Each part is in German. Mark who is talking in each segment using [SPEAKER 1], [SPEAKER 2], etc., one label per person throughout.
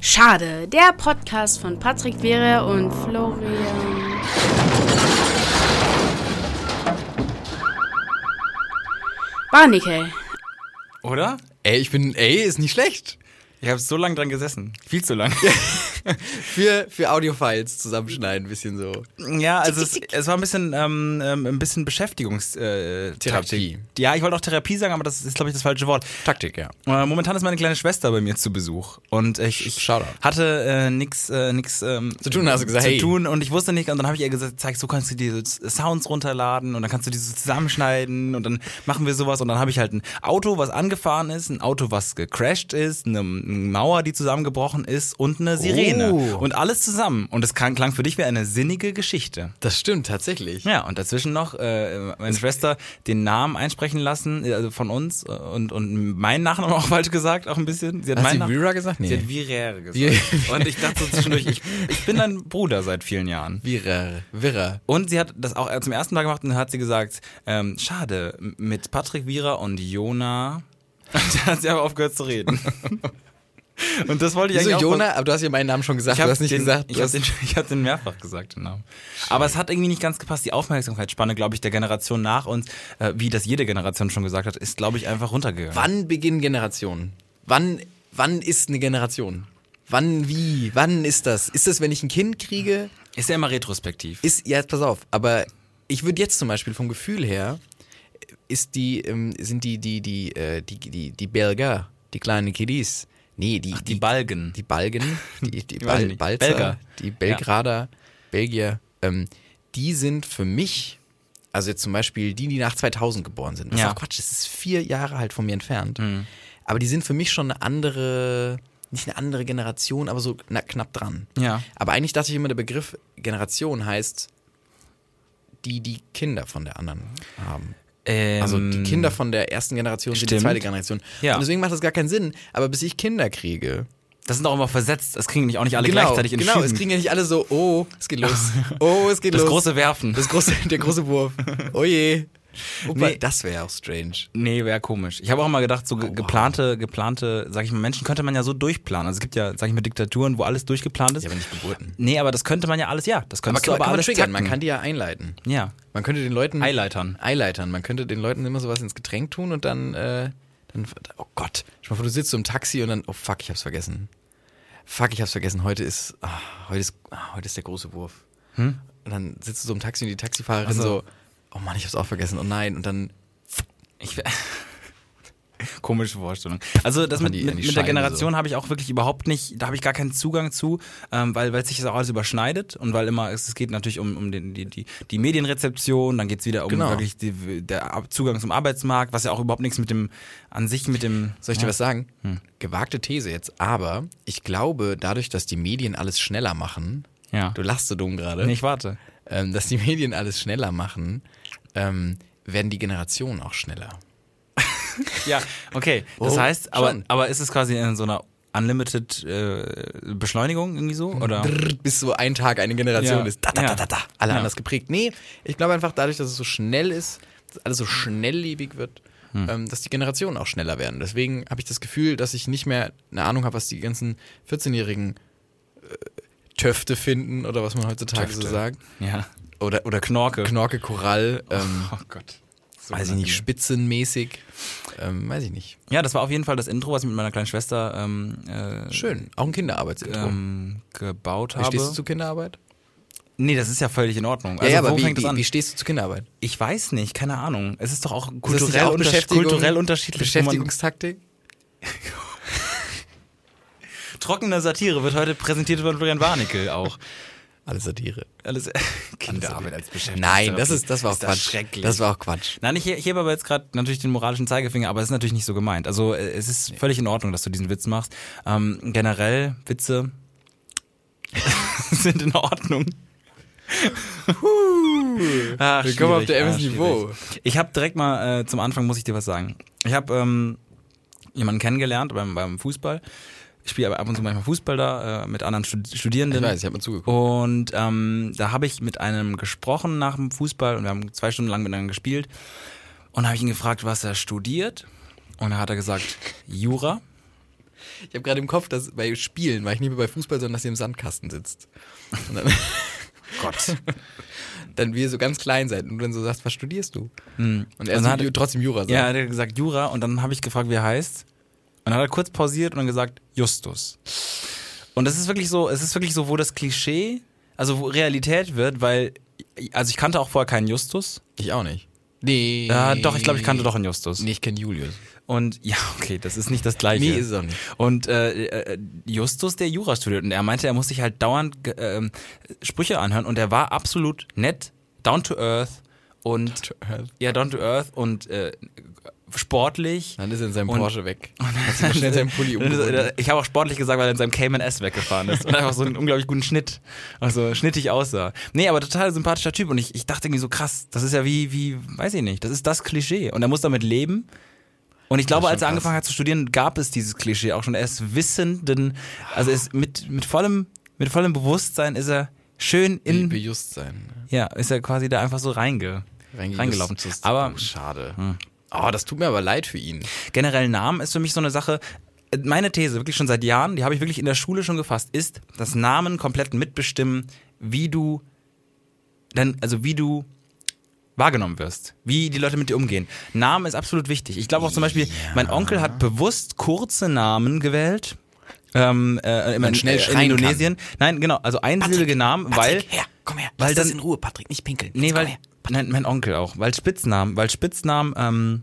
[SPEAKER 1] Schade, der Podcast von Patrick Wehre und Florian. Barnickel.
[SPEAKER 2] Oder?
[SPEAKER 3] Ey, ich bin, ey, ist nicht schlecht.
[SPEAKER 2] Ich habe so lange dran gesessen. Viel zu lang.
[SPEAKER 3] Für, für Audiofiles zusammenschneiden, ein bisschen so.
[SPEAKER 2] ja, also es, es war ein bisschen, ähm, ähm, ein bisschen Beschäftigungstherapie.
[SPEAKER 3] Therapie.
[SPEAKER 2] Ja, ich wollte auch Therapie sagen, aber das ist, glaube ich, das falsche Wort.
[SPEAKER 3] Taktik, ja.
[SPEAKER 2] Äh, Momentan ist meine kleine Schwester bei mir zu Besuch und ich, ich
[SPEAKER 3] Shoutout.
[SPEAKER 2] hatte äh, nix, äh, nix ähm,
[SPEAKER 3] Zu tun, hast du gesagt,
[SPEAKER 2] zu
[SPEAKER 3] hey.
[SPEAKER 2] tun und ich wusste nicht und dann habe ich ihr gesagt, zeig, so kannst du diese Sounds runterladen und dann kannst du diese zusammenschneiden und dann machen wir sowas und dann habe ich halt ein Auto, was angefahren ist, ein Auto, was gecrashed ist, eine, eine Mauer, die zusammengebrochen ist und eine Sirene
[SPEAKER 3] Oh.
[SPEAKER 2] und alles zusammen und es klang, klang für dich wie eine sinnige Geschichte.
[SPEAKER 3] Das stimmt tatsächlich.
[SPEAKER 2] Ja, und dazwischen noch äh, meine Schwester den Namen einsprechen lassen, äh, also von uns äh, und, und meinen Nachnamen auch falsch gesagt, auch ein bisschen. Sie hat,
[SPEAKER 3] Hast du
[SPEAKER 2] meinen Nach-
[SPEAKER 3] Vira gesagt?
[SPEAKER 2] Sie hat
[SPEAKER 3] Nee.
[SPEAKER 2] Virere gesagt.
[SPEAKER 3] Vi-
[SPEAKER 2] und ich dachte so zwischendurch, ich, ich bin dein Bruder seit vielen Jahren.
[SPEAKER 3] Vira. Vira.
[SPEAKER 2] Und sie hat das auch zum ersten Mal gemacht und dann hat sie gesagt, ähm, schade, m- mit Patrick Wierer und Jona. Und dann hat sie aber aufgehört zu reden. Und das wollte ich
[SPEAKER 3] Wieso
[SPEAKER 2] eigentlich auch
[SPEAKER 3] Jona? Aber du hast ja meinen Namen schon gesagt.
[SPEAKER 2] genau, ich hab
[SPEAKER 3] Du hast nicht
[SPEAKER 2] den,
[SPEAKER 3] gesagt.
[SPEAKER 2] Ich
[SPEAKER 3] du hast,
[SPEAKER 2] habe den, ich hab den mehrfach gesagt, den Namen. Aber es hat irgendwie nicht ganz gepasst. Die Aufmerksamkeitsspanne, glaube ich, der Generation nach uns, äh, wie das jede Generation schon gesagt hat, ist, glaube ich, einfach runtergegangen.
[SPEAKER 3] wann beginnen Generationen? Wann, wann ist eine Generation? Wann, wie? Wann ist das? Ist das, wenn ich ein Kind kriege?
[SPEAKER 2] Ist ja immer retrospektiv.
[SPEAKER 3] Ist, ja, jetzt pass auf, aber ich würde jetzt zum Beispiel vom Gefühl her, ist die, ähm, sind die, die, die, äh, die, die, die Belger, die kleinen Kiddies, nee, die,
[SPEAKER 2] die Balgen.
[SPEAKER 3] die Balgen, die, die
[SPEAKER 2] weiß ich
[SPEAKER 3] Bal
[SPEAKER 2] nicht.
[SPEAKER 3] Balzer,
[SPEAKER 2] Belger.
[SPEAKER 3] die Belgrader, Belgier, ähm, die sind für mich, also jetzt zum Beispiel die, die nach 2000 geboren sind, das
[SPEAKER 2] Ja. Mhm.
[SPEAKER 3] ist auch Quatsch, das ist vier Jahre halt von mir entfernt, aber die sind für mich schon eine andere, nicht eine andere Generation, aber so na, knapp dran.
[SPEAKER 2] Ja.
[SPEAKER 3] Aber eigentlich dachte ich immer, der Begriff Generation heißt die, die Kinder von der anderen haben.
[SPEAKER 2] Ähm,
[SPEAKER 3] Also die Kinder von der ersten Generation sind
[SPEAKER 2] stimmt.
[SPEAKER 3] die zweite Generation.
[SPEAKER 2] Ja.
[SPEAKER 3] Und deswegen macht das gar keinen Sinn. Aber bis ich Kinder kriege,
[SPEAKER 2] Das sind auch immer versetzt. Das kriegen nicht auch nicht alle
[SPEAKER 3] genau,
[SPEAKER 2] gleichzeitig in
[SPEAKER 3] genau,
[SPEAKER 2] Schüben.
[SPEAKER 3] es kriegen ja nicht alle so, oh, es geht los. Oh, es geht
[SPEAKER 2] Das
[SPEAKER 3] los.
[SPEAKER 2] große Werfen.
[SPEAKER 3] das große, der große Wurf. Oh je. Opa,
[SPEAKER 2] Nee.
[SPEAKER 3] Das wäre auch strange.
[SPEAKER 2] Nee, wäre komisch. Ich habe auch immer gedacht,
[SPEAKER 3] Oh.
[SPEAKER 2] so ge geplante, geplante, sag ich mal, Menschen könnte man ja so durchplanen. Also es gibt ja, sag ich mal, Diktaturen, wo alles durchgeplant ist.
[SPEAKER 3] Ja, aber nicht Geburten.
[SPEAKER 2] nee, aber das könnte man ja alles, ja. Das
[SPEAKER 3] Aber
[SPEAKER 2] könntest
[SPEAKER 3] kann,
[SPEAKER 2] du aber
[SPEAKER 3] kann man
[SPEAKER 2] alles
[SPEAKER 3] triggern, man
[SPEAKER 2] takten.
[SPEAKER 3] kann die ja einleiten.
[SPEAKER 2] Ja.
[SPEAKER 3] Man könnte den Leuten.
[SPEAKER 2] Eileitern.
[SPEAKER 3] Eileitern. Man könnte den Leuten immer sowas ins Getränk tun und dann. Äh, dann oh Gott. Schau mal, vor, du sitzt so im Taxi und dann. Oh fuck, ich hab's vergessen. Fuck, ich hab's vergessen. Heute ist. Ah, heute, ist ah, heute ist der große Wurf. Und dann sitzt du so im Taxi und die Taxifahrerin
[SPEAKER 2] so.
[SPEAKER 3] Hm? so. Oh Mann, ich hab's auch vergessen. Oh nein. Und dann.
[SPEAKER 2] Ich, komische Vorstellung. Also das
[SPEAKER 3] Machen
[SPEAKER 2] mit,
[SPEAKER 3] die
[SPEAKER 2] mit,
[SPEAKER 3] an die
[SPEAKER 2] mit der
[SPEAKER 3] Scheibe
[SPEAKER 2] Generation habe ich auch wirklich überhaupt nicht, da habe ich gar keinen Zugang zu, ähm, weil, weil sich das auch alles überschneidet und weil immer, es, es geht natürlich um, um den, die, die, die Medienrezeption, dann geht es wieder um
[SPEAKER 3] Genau.
[SPEAKER 2] wirklich die, der Ab- Zugang zum Arbeitsmarkt, was ja auch überhaupt nichts mit dem, an sich mit dem...
[SPEAKER 3] Soll ich dir was sagen?
[SPEAKER 2] Hm.
[SPEAKER 3] Gewagte These jetzt. Aber ich glaube, dadurch, dass die Medien alles schneller machen.
[SPEAKER 2] Ja.
[SPEAKER 3] Du lachst so dumm gerade.
[SPEAKER 2] Nee, ich warte.
[SPEAKER 3] ähm, dass die Medien alles schneller machen, ähm, werden die Generationen auch schneller.
[SPEAKER 2] Ja, okay. Das
[SPEAKER 3] Oh,
[SPEAKER 2] heißt, aber,
[SPEAKER 3] schon.
[SPEAKER 2] aber ist es quasi in so einer Unlimited äh, Beschleunigung irgendwie so? Oder?
[SPEAKER 3] Drrr, bis so ein Tag eine Generation
[SPEAKER 2] Ja.
[SPEAKER 3] ist. Da, da,
[SPEAKER 2] Ja.
[SPEAKER 3] da, da, da. Alle
[SPEAKER 2] Ja.
[SPEAKER 3] anders geprägt. Nee, ich glaube einfach dadurch, dass es so schnell ist, dass alles so schnelllebig wird,
[SPEAKER 2] Hm.
[SPEAKER 3] ähm, dass die Generationen auch schneller werden. Deswegen habe ich das Gefühl, dass ich nicht mehr eine Ahnung habe, was die ganzen 14-jährigen äh, Töfte finden oder was man heutzutage so
[SPEAKER 2] Töfte.
[SPEAKER 3] sagt.
[SPEAKER 2] Ja.
[SPEAKER 3] Oder, oder
[SPEAKER 2] Knorke.
[SPEAKER 3] Knorke, Korall, ähm,
[SPEAKER 2] Oh Gott. So
[SPEAKER 3] weiß ich
[SPEAKER 2] unangenehm.
[SPEAKER 3] nicht, spitzenmäßig. Ähm, weiß ich nicht.
[SPEAKER 2] Ja, das war auf jeden Fall das Intro, was ich mit meiner kleinen Schwester ähm, äh,
[SPEAKER 3] Schön. Auch ein Kinderarbeitsintro.
[SPEAKER 2] ähm, gebaut
[SPEAKER 3] Wie
[SPEAKER 2] habe.
[SPEAKER 3] stehst du zu Kinderarbeit?
[SPEAKER 2] nee, das ist ja völlig in Ordnung.
[SPEAKER 3] Ja,
[SPEAKER 2] Also
[SPEAKER 3] ja, aber
[SPEAKER 2] wo
[SPEAKER 3] wie,
[SPEAKER 2] fängt das
[SPEAKER 3] wie,
[SPEAKER 2] an?
[SPEAKER 3] wie stehst du zu Kinderarbeit?
[SPEAKER 2] ich weiß nicht, keine Ahnung. Es ist doch auch
[SPEAKER 3] Ist das nicht
[SPEAKER 2] kulturell,
[SPEAKER 3] auch
[SPEAKER 2] untersch-
[SPEAKER 3] Beschäftigung-
[SPEAKER 2] kulturell unterschiedlich. wo Man,
[SPEAKER 3] Beschäftigungstaktik?
[SPEAKER 2] trockene Satire wird heute präsentiert von Florian Warnecke auch.
[SPEAKER 3] Alles Satire.
[SPEAKER 2] Alles Kinderarbeit als Beschäftigung.
[SPEAKER 3] Nein, das ist das war auch
[SPEAKER 2] ist
[SPEAKER 3] Quatsch.
[SPEAKER 2] Das schrecklich.
[SPEAKER 3] Das war auch Quatsch.
[SPEAKER 2] Nein, ich, ich hebe aber jetzt gerade natürlich den moralischen Zeigefinger, aber es ist natürlich nicht so gemeint. Also äh, es ist völlig in Ordnung, dass du diesen Witz machst. Ähm, generell, Witze sind in Ordnung. Ach,
[SPEAKER 3] Willkommen auf
[SPEAKER 2] schwierig.
[SPEAKER 3] der
[SPEAKER 2] Ah,
[SPEAKER 3] MS Niveau.
[SPEAKER 2] schwierig. Ich habe direkt mal äh, zum Anfang, muss ich dir was sagen. Ich habe ähm, jemanden kennengelernt beim, beim Fußball. Ich spiele aber ab und zu manchmal Fußball da äh, mit anderen Stud- Studierenden.
[SPEAKER 3] Ich weiß, ich habe mal zugeguckt.
[SPEAKER 2] Und ähm, da habe ich mit einem gesprochen nach dem Fußball und wir haben zwei Stunden lang miteinander gespielt. Und habe ich ihn gefragt, was er studiert. Und da hat er gesagt, Jura.
[SPEAKER 3] Ich habe gerade im Kopf, dass bei Spielen, weil ich nicht mehr bei Fußball, sondern dass ihr im Sandkasten sitzt. Und dann,
[SPEAKER 2] Gott.
[SPEAKER 3] dann wir so ganz klein seid und du dann so sagst, was studierst du? Und er so
[SPEAKER 2] Und dann Hm. Also hat-
[SPEAKER 3] Ju- trotzdem Jura sagt.
[SPEAKER 2] Ja, hat er hat gesagt Jura und dann habe ich gefragt, wie er heißt. Und dann hat er kurz pausiert und dann gesagt Justus. Und das ist wirklich so, es ist wirklich so, wo das Klischee, also wo Realität wird, weil, also ich kannte auch vorher keinen Justus.
[SPEAKER 3] Ich auch nicht. Nee.
[SPEAKER 2] Ja, doch, ich glaube, ich kannte doch einen Justus.
[SPEAKER 3] Nee, ich kenne Julius.
[SPEAKER 2] Und ja, okay, das ist nicht das Gleiche.
[SPEAKER 3] Nee, ist es auch nicht.
[SPEAKER 2] Und äh, äh, Justus, der Jura studiert, und er meinte, er muss sich halt dauernd ge- ähm, Sprüche anhören und er war absolut nett, down to earth und ja, down to earth und äh, sportlich.
[SPEAKER 3] Dann ist er in seinem
[SPEAKER 2] Und-
[SPEAKER 3] Porsche weg. Hat sich noch schnell seinen Pulli umgebunden.
[SPEAKER 2] Ich habe auch sportlich gesagt, weil er in seinem Cayman S weggefahren ist und einfach so einen unglaublich guten Schnitt, also schnittig aussah. Nee, aber total sympathischer Typ und ich, ich dachte irgendwie so krass, das ist ja wie, wie, weiß ich nicht, das ist das Klischee und er muss damit leben. Und ich glaube,
[SPEAKER 3] ist schon
[SPEAKER 2] als er
[SPEAKER 3] krass.
[SPEAKER 2] angefangen hat zu studieren, gab es dieses Klischee auch schon. Er ist wissenden, also er ist mit, mit vollem, mit vollem Bewusstsein ist er schön
[SPEAKER 3] Be-
[SPEAKER 2] in,
[SPEAKER 3] Bejust sein.
[SPEAKER 2] ja, ist er quasi da einfach so reinge,
[SPEAKER 3] Reingejust.
[SPEAKER 2] reingelaufen.
[SPEAKER 3] Das-
[SPEAKER 2] Aber Hm.
[SPEAKER 3] oh, schade. Oh, das tut mir aber leid für ihn.
[SPEAKER 2] generell Namen ist für mich so eine Sache. Meine These, wirklich schon seit Jahren, die habe ich wirklich in der Schule schon gefasst, ist, dass Namen komplett mitbestimmen, wie du dann, also wie du wahrgenommen wirst, wie die Leute mit dir umgehen. Namen ist absolut wichtig. Ich glaube auch zum Beispiel, mein Onkel hat bewusst kurze Namen gewählt. Ähm, äh, immer
[SPEAKER 3] Man
[SPEAKER 2] in,
[SPEAKER 3] schnell
[SPEAKER 2] äh, in
[SPEAKER 3] schreien
[SPEAKER 2] Indonesien. Nein, genau, also einsilbige Namen, weil
[SPEAKER 3] Patrick, her, komm her.
[SPEAKER 2] weil
[SPEAKER 3] Lass das
[SPEAKER 2] dann-
[SPEAKER 3] in Ruhe, Patrick, nicht pinkeln.
[SPEAKER 2] Nee,
[SPEAKER 3] Jetzt
[SPEAKER 2] weil.
[SPEAKER 3] komm her.
[SPEAKER 2] Nein, mein Onkel auch. Weil Spitznamen, weil Spitznamen, ähm,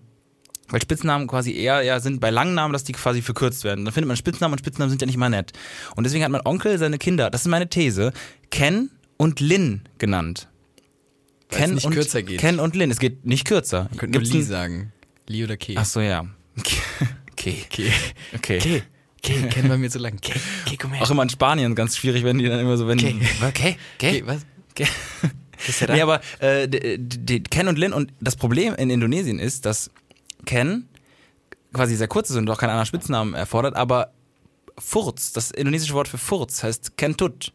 [SPEAKER 2] weil Spitznamen quasi eher ja, sind bei langen Namen, dass die quasi verkürzt werden. Dann findet man Spitznamen und Spitznamen sind ja nicht mal nett. Und deswegen hat mein Onkel seine Kinder, das ist meine These, Ken und Lin genannt.
[SPEAKER 3] Weil's nicht
[SPEAKER 2] und,
[SPEAKER 3] kürzer geht.
[SPEAKER 2] Ken und Lin, es geht nicht kürzer.
[SPEAKER 3] Wir könnten nur
[SPEAKER 2] Gibt's
[SPEAKER 3] Lee
[SPEAKER 2] ein-
[SPEAKER 3] sagen. Lee oder K.
[SPEAKER 2] Ach so, ja. Okay.
[SPEAKER 3] K.
[SPEAKER 2] Okay.
[SPEAKER 3] K. K. Kennen wir mir zu lang. K. K, komm her.
[SPEAKER 2] Auch immer in Spanien ganz schwierig, wenn die dann immer so, wenn.
[SPEAKER 3] Okay.
[SPEAKER 2] Okay.
[SPEAKER 3] K, was?
[SPEAKER 2] Okay.
[SPEAKER 3] Ist er da?
[SPEAKER 2] Nee, aber äh, d- d- d- Ken und Lin und das Problem in Indonesien ist, dass Ken quasi sehr kurz ist und auch keinen anderen Spitznamen erfordert, aber Furz, das indonesische Wort für Furz heißt Kentut.